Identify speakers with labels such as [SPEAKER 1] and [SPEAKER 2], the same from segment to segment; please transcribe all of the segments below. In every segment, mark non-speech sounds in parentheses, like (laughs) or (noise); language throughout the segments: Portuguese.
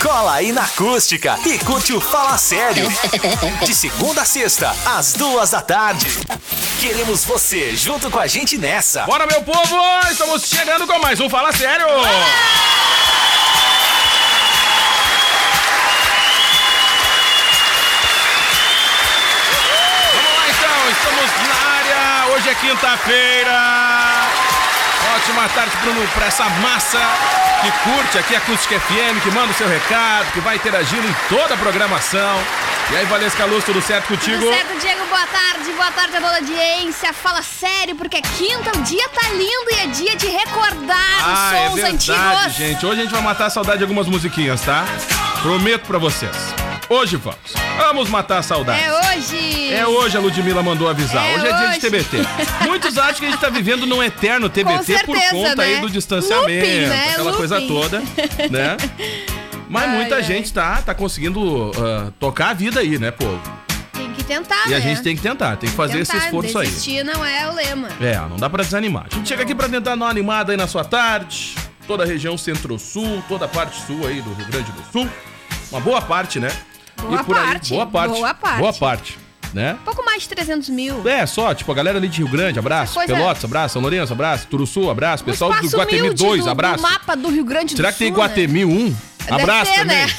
[SPEAKER 1] Cola aí na acústica e curte o Fala Sério. De segunda a sexta, às duas da tarde. Queremos você junto com a gente nessa.
[SPEAKER 2] Bora, meu povo! Estamos chegando com mais um Fala Sério! Vamos lá então, estamos na área, hoje é quinta-feira. Ótima tarde Bruno, pra essa massa que curte aqui a Acústica FM, que manda o seu recado, que vai interagindo em toda a programação. E aí, Valesca Luz, tudo certo contigo?
[SPEAKER 3] Tudo certo, Diego? Boa tarde, boa tarde a toda a audiência. Fala sério, porque é quinta, o dia tá lindo e é dia de recordar
[SPEAKER 2] Ah,
[SPEAKER 3] os sons
[SPEAKER 2] é verdade,
[SPEAKER 3] antigos.
[SPEAKER 2] gente. Hoje a gente vai matar a saudade de algumas musiquinhas, tá? Prometo pra vocês. Hoje vamos. Vamos matar a saudade.
[SPEAKER 3] É hoje.
[SPEAKER 2] É hoje, a Ludmilla mandou avisar.
[SPEAKER 3] É
[SPEAKER 2] hoje é dia de
[SPEAKER 3] hoje. (laughs)
[SPEAKER 2] TBT. Muitos acham que a gente tá vivendo num eterno TBT
[SPEAKER 3] Com
[SPEAKER 2] por
[SPEAKER 3] certeza,
[SPEAKER 2] conta aí
[SPEAKER 3] né?
[SPEAKER 2] do distanciamento,
[SPEAKER 3] Looping, né?
[SPEAKER 2] aquela coisa
[SPEAKER 3] Looping. (laughs)
[SPEAKER 2] toda, né? Mas
[SPEAKER 3] Ai,
[SPEAKER 2] muita
[SPEAKER 3] ai.
[SPEAKER 2] gente tá, tá conseguindo ah, tocar a vida aí, né, povo?
[SPEAKER 3] Tem que tentar,
[SPEAKER 2] E
[SPEAKER 3] né?
[SPEAKER 2] a gente tem que tentar, tem que fazer
[SPEAKER 3] Tentar,
[SPEAKER 2] esse esforço aí.
[SPEAKER 3] desistir não é o lema.
[SPEAKER 2] É, não dá pra desanimar. A gente chega aqui pra tentar dar uma animada aí na sua tarde. Toda a região centro-sul, toda a parte sul aí do Rio Grande do Sul. Uma boa parte, né?
[SPEAKER 3] Boa parte,
[SPEAKER 2] boa parte.
[SPEAKER 3] boa parte.
[SPEAKER 2] Boa parte, né?
[SPEAKER 3] Pouco mais de 300 mil.
[SPEAKER 2] É, só, tipo, a galera ali de Rio Grande, abraço.
[SPEAKER 3] Coisa-
[SPEAKER 2] Pelotas, abraço. São Lourenço, abraço. Turuçu, abraço.
[SPEAKER 3] é. Um
[SPEAKER 2] Pessoal do
[SPEAKER 3] espaço
[SPEAKER 2] Guatemi
[SPEAKER 3] humilde
[SPEAKER 2] 2,
[SPEAKER 3] do-
[SPEAKER 2] abraço.
[SPEAKER 3] Do mapa do Rio Grande do
[SPEAKER 2] Será que tem
[SPEAKER 3] Sul, né?
[SPEAKER 2] Guatemi 1?
[SPEAKER 3] Deve
[SPEAKER 2] Abraço
[SPEAKER 3] ter,
[SPEAKER 2] também.
[SPEAKER 3] né?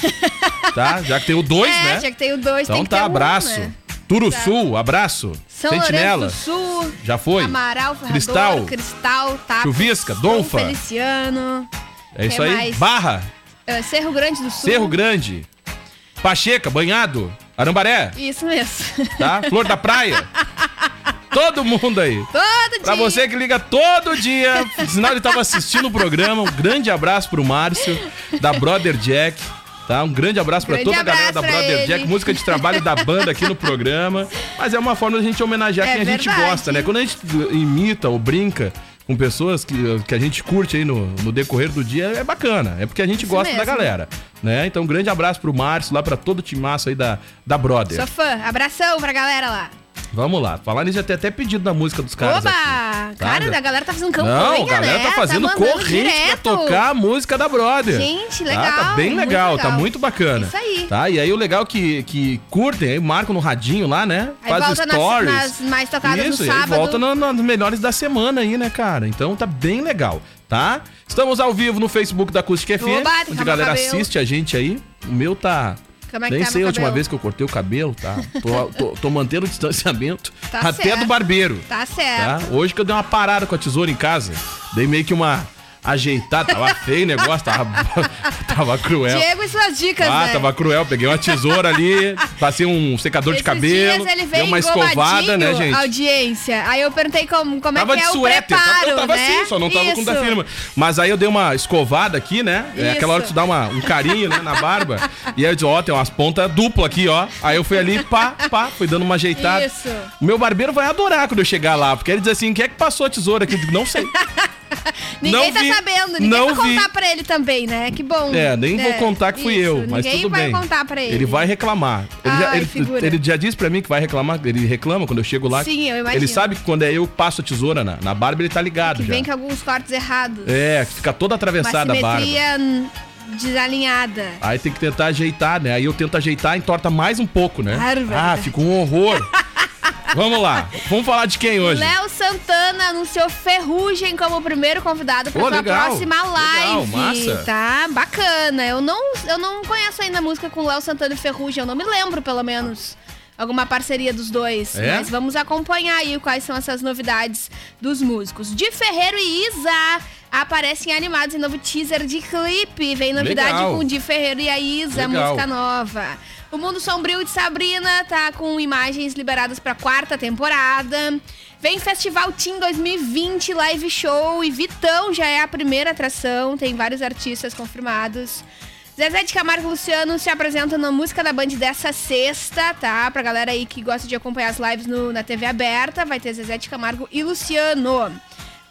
[SPEAKER 2] Tá? Já que tem o 2,
[SPEAKER 3] é,
[SPEAKER 2] né?
[SPEAKER 3] já que tem o 2,
[SPEAKER 2] Então
[SPEAKER 3] tem que
[SPEAKER 2] tá,
[SPEAKER 3] ter um,
[SPEAKER 2] abraço.
[SPEAKER 3] né?
[SPEAKER 2] Turuçu, abraço.
[SPEAKER 3] São
[SPEAKER 2] Sentinela,
[SPEAKER 3] Lourenço do Sul.
[SPEAKER 2] já foi.
[SPEAKER 3] Amaral, Ferrador,
[SPEAKER 2] Cristal.
[SPEAKER 3] Cristal, tá?
[SPEAKER 2] Chuvisca, Donfa.
[SPEAKER 3] Feliciano.
[SPEAKER 2] É isso
[SPEAKER 3] Quem
[SPEAKER 2] aí.
[SPEAKER 3] mais?
[SPEAKER 2] Barra,
[SPEAKER 3] eh, Cerro Grande do Sul.
[SPEAKER 2] Cerro Grande, Pacheca, Banhado, Arambaré,
[SPEAKER 3] Isso mesmo. (laughs)
[SPEAKER 2] tá? Flor da Praia. Todo mundo aí.
[SPEAKER 3] Todo
[SPEAKER 2] Pra
[SPEAKER 3] dia.
[SPEAKER 2] você que liga todo dia, sinal ele tava assistindo o programa, um grande abraço pro Márcio, da Brother Jack. Tá? Um grande abraço pra
[SPEAKER 3] Grande
[SPEAKER 2] toda a galera da
[SPEAKER 3] abraço pra
[SPEAKER 2] Brother
[SPEAKER 3] ele.
[SPEAKER 2] Jack, música de trabalho da banda aqui no programa. Mas é uma forma da gente homenagear
[SPEAKER 3] É
[SPEAKER 2] quem a gente
[SPEAKER 3] verdade.
[SPEAKER 2] gosta, né? Quando a gente imita ou brinca com pessoas que, que a gente curte aí no, no decorrer do dia, é bacana. É porque a gente gosta da
[SPEAKER 3] mesmo.
[SPEAKER 2] galera. Né? Então, um grande abraço pro Márcio, lá pra todo o timaço aí da, da Brother.
[SPEAKER 3] Sou fã. Abração pra galera lá.
[SPEAKER 2] Vamos lá. Falar nisso, já tem até pedido da música dos caras.
[SPEAKER 3] Oba!
[SPEAKER 2] aqui. Tá,
[SPEAKER 3] Cara,
[SPEAKER 2] já-
[SPEAKER 3] a galera tá fazendo campanha,
[SPEAKER 2] Não, a galera
[SPEAKER 3] né?
[SPEAKER 2] tá fazendo
[SPEAKER 3] mandando
[SPEAKER 2] corrente
[SPEAKER 3] direto.
[SPEAKER 2] pra tocar a música da Brother. Tá?
[SPEAKER 3] Gente, legal,
[SPEAKER 2] Tá, bem
[SPEAKER 3] muito
[SPEAKER 2] legal, tá
[SPEAKER 3] legal.
[SPEAKER 2] muito bacana.
[SPEAKER 3] Isso aí.
[SPEAKER 2] Tá, e aí o legal é que, que curtem, aí marcam no radinho lá, né?
[SPEAKER 3] Aí volta nas- nas mais tocadas no
[SPEAKER 2] Isso, e aí
[SPEAKER 3] sábado.
[SPEAKER 2] volta na- nas melhores da semana aí, né, cara? Então tá bem legal, tá? Estamos ao vivo no Facebook da Acústica FM,
[SPEAKER 3] Oba,
[SPEAKER 2] onde
[SPEAKER 3] tá
[SPEAKER 2] a galera
[SPEAKER 3] meu cabelo.
[SPEAKER 2] assiste a gente aí. O meu tá...
[SPEAKER 3] Como é que
[SPEAKER 2] Nem
[SPEAKER 3] tá
[SPEAKER 2] sei a
[SPEAKER 3] meu
[SPEAKER 2] última
[SPEAKER 3] cabelo?
[SPEAKER 2] vez que eu cortei o cabelo, tá? Tô, tô- tô mantendo o distanciamento
[SPEAKER 3] Tá
[SPEAKER 2] até
[SPEAKER 3] certo.
[SPEAKER 2] do barbeiro
[SPEAKER 3] Tá
[SPEAKER 2] tá?
[SPEAKER 3] certo.
[SPEAKER 2] Hoje que eu dei uma parada com a tesoura em casa, dei meio que uma ajeitada, tava feio o negócio, tava, (laughs) tava cruel.
[SPEAKER 3] Diego e suas dicas,
[SPEAKER 2] Tá Ah,
[SPEAKER 3] né?
[SPEAKER 2] tava cruel, peguei uma tesoura ali, passei um secador de
[SPEAKER 3] Esses
[SPEAKER 2] cabelo,
[SPEAKER 3] dias ele
[SPEAKER 2] dei
[SPEAKER 3] veio
[SPEAKER 2] uma escovada, né, gente?
[SPEAKER 3] audiência. Aí eu perguntei como, como é
[SPEAKER 2] Tava
[SPEAKER 3] que
[SPEAKER 2] de
[SPEAKER 3] é
[SPEAKER 2] suéter,
[SPEAKER 3] o
[SPEAKER 2] tava-
[SPEAKER 3] preparo,
[SPEAKER 2] eu tava
[SPEAKER 3] né?
[SPEAKER 2] assim, só não tava com o da
[SPEAKER 3] Isso.
[SPEAKER 2] firma. Mas aí eu dei uma escovada aqui, né? É
[SPEAKER 3] Isso.
[SPEAKER 2] aquela hora que tu dá uma, um carinho, né, na
[SPEAKER 3] (laughs)
[SPEAKER 2] barba. E aí eu disse, ó, tem umas pontas duplas aqui, ó. Aí eu fui ali, pá, pá, fui dando uma ajeitada.
[SPEAKER 3] Isso.
[SPEAKER 2] O meu barbeiro vai adorar quando eu chegar lá, porque ele diz assim, quem é que passou a tesoura aqui? Eu digo, não
[SPEAKER 3] (laughs)
[SPEAKER 2] sei.
[SPEAKER 3] Ninguém
[SPEAKER 2] Não
[SPEAKER 3] tá
[SPEAKER 2] vi,
[SPEAKER 3] sabendo, ninguém
[SPEAKER 2] não
[SPEAKER 3] vai contar
[SPEAKER 2] vi.
[SPEAKER 3] pra ele também, né? Que bom.
[SPEAKER 2] É, nem vou
[SPEAKER 3] É,
[SPEAKER 2] contar que fui
[SPEAKER 3] isso,
[SPEAKER 2] eu, mas
[SPEAKER 3] ninguém
[SPEAKER 2] tudo bem.
[SPEAKER 3] vai contar pra ele.
[SPEAKER 2] vai reclamar. Ele, já,
[SPEAKER 3] Ai,
[SPEAKER 2] ele-
[SPEAKER 3] figura.
[SPEAKER 2] ele já disse pra mim que vai reclamar, ele reclama quando eu chego lá.
[SPEAKER 3] Sim, eu imagino. É
[SPEAKER 2] Ele sabe que quando é eu que passo a tesoura na, na barba, ele tá ligado
[SPEAKER 3] Que
[SPEAKER 2] já.
[SPEAKER 3] vem com alguns cortes errados.
[SPEAKER 2] É, que fica toda
[SPEAKER 3] Uma
[SPEAKER 2] atravessada a barba.
[SPEAKER 3] simetria hum, desalinhada.
[SPEAKER 2] Aí tem que tentar ajeitar, né? Aí eu tento ajeitar, entorta mais um pouco, né?
[SPEAKER 3] Claro,
[SPEAKER 2] ah,
[SPEAKER 3] verdade.
[SPEAKER 2] fica um
[SPEAKER 3] (laughs)
[SPEAKER 2] horror. Vamos lá. Vamos falar de quem hoje?
[SPEAKER 3] Léo Santana anunciou Ferrugem como o primeiro convidado para
[SPEAKER 2] Ô,
[SPEAKER 3] sua
[SPEAKER 2] legal.
[SPEAKER 3] próxima
[SPEAKER 2] Legal,
[SPEAKER 3] live.
[SPEAKER 2] massa.
[SPEAKER 3] Tá bacana. Eu não, eu não conheço ainda a música com Léo Santana e Ferrugem, eu não me lembro, pelo menos. Alguma parceria dos dois.
[SPEAKER 2] É?
[SPEAKER 3] Mas vamos acompanhar aí quais são essas novidades dos músicos. De Ferreiro e Isa aparecem animados em novo teaser de clipe. Vem novidade
[SPEAKER 2] Legal.
[SPEAKER 3] com Di Ferreiro e a Isa,
[SPEAKER 2] Legal.
[SPEAKER 3] música nova. O Mundo Sombrio de Sabrina tá com imagens liberadas pra quarta temporada. Vem Festival Team 2020 Live Show e Vitão já é a primeira atração, tem vários artistas confirmados. Zezé de Camargo e Luciano se apresentam na música da Band dessa sexta, tá? Pra galera aí que gosta de acompanhar as lives no- na TV aberta, vai ter Zezé de Camargo e Luciano.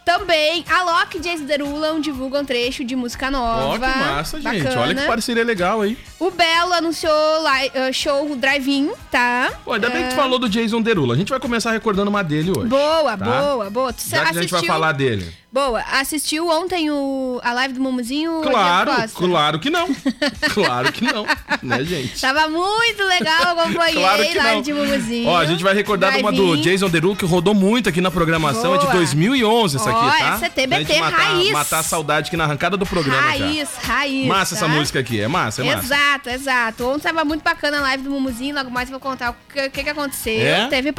[SPEAKER 3] Também, Alok e Jason Derulan divulgam trecho de música nova.
[SPEAKER 2] Ó, que massa, gente.
[SPEAKER 3] Bacana.
[SPEAKER 2] Olha que parceria legal aí.
[SPEAKER 3] O Belo anunciou li- eh, show drive-in, tá?
[SPEAKER 2] Pô, ainda bem que tu
[SPEAKER 3] É.
[SPEAKER 2] falou do Jason Derulo. A gente vai começar recordando uma dele hoje.
[SPEAKER 3] Boa,
[SPEAKER 2] tá?
[SPEAKER 3] boa, boa. Tu
[SPEAKER 2] Já que a gente vai falar dele.
[SPEAKER 3] Boa, assistiu ontem o... a live do Mumuzinho?
[SPEAKER 2] Claro,
[SPEAKER 3] Adriano Costa?
[SPEAKER 2] claro que
[SPEAKER 3] (laughs)
[SPEAKER 2] não. Claro que não, né, gente?
[SPEAKER 3] Tava muito
[SPEAKER 2] (laughs)
[SPEAKER 3] legal, acompanhei
[SPEAKER 2] Claro que
[SPEAKER 3] live
[SPEAKER 2] não.
[SPEAKER 3] de Mumuzinho.
[SPEAKER 2] Ó, a gente vai recordar de uma do
[SPEAKER 3] Drive-in.
[SPEAKER 2] Jason Derulo que rodou muito aqui na programação. É de
[SPEAKER 3] Boa.
[SPEAKER 2] 2011 essa aqui,
[SPEAKER 3] Ó,
[SPEAKER 2] tá?
[SPEAKER 3] essa é TBT
[SPEAKER 2] Pra gente matar,
[SPEAKER 3] raiz.
[SPEAKER 2] Matar a saudade aqui na arrancada do programa
[SPEAKER 3] Raiz,
[SPEAKER 2] já.
[SPEAKER 3] raiz.
[SPEAKER 2] Massa essa
[SPEAKER 3] tá?
[SPEAKER 2] música aqui, é massa, é massa.
[SPEAKER 3] Exato, exato. Ontem tava muito bacana a live do Mumuzinho, logo mais eu vou contar o que, o que que aconteceu.
[SPEAKER 2] É?
[SPEAKER 3] Teve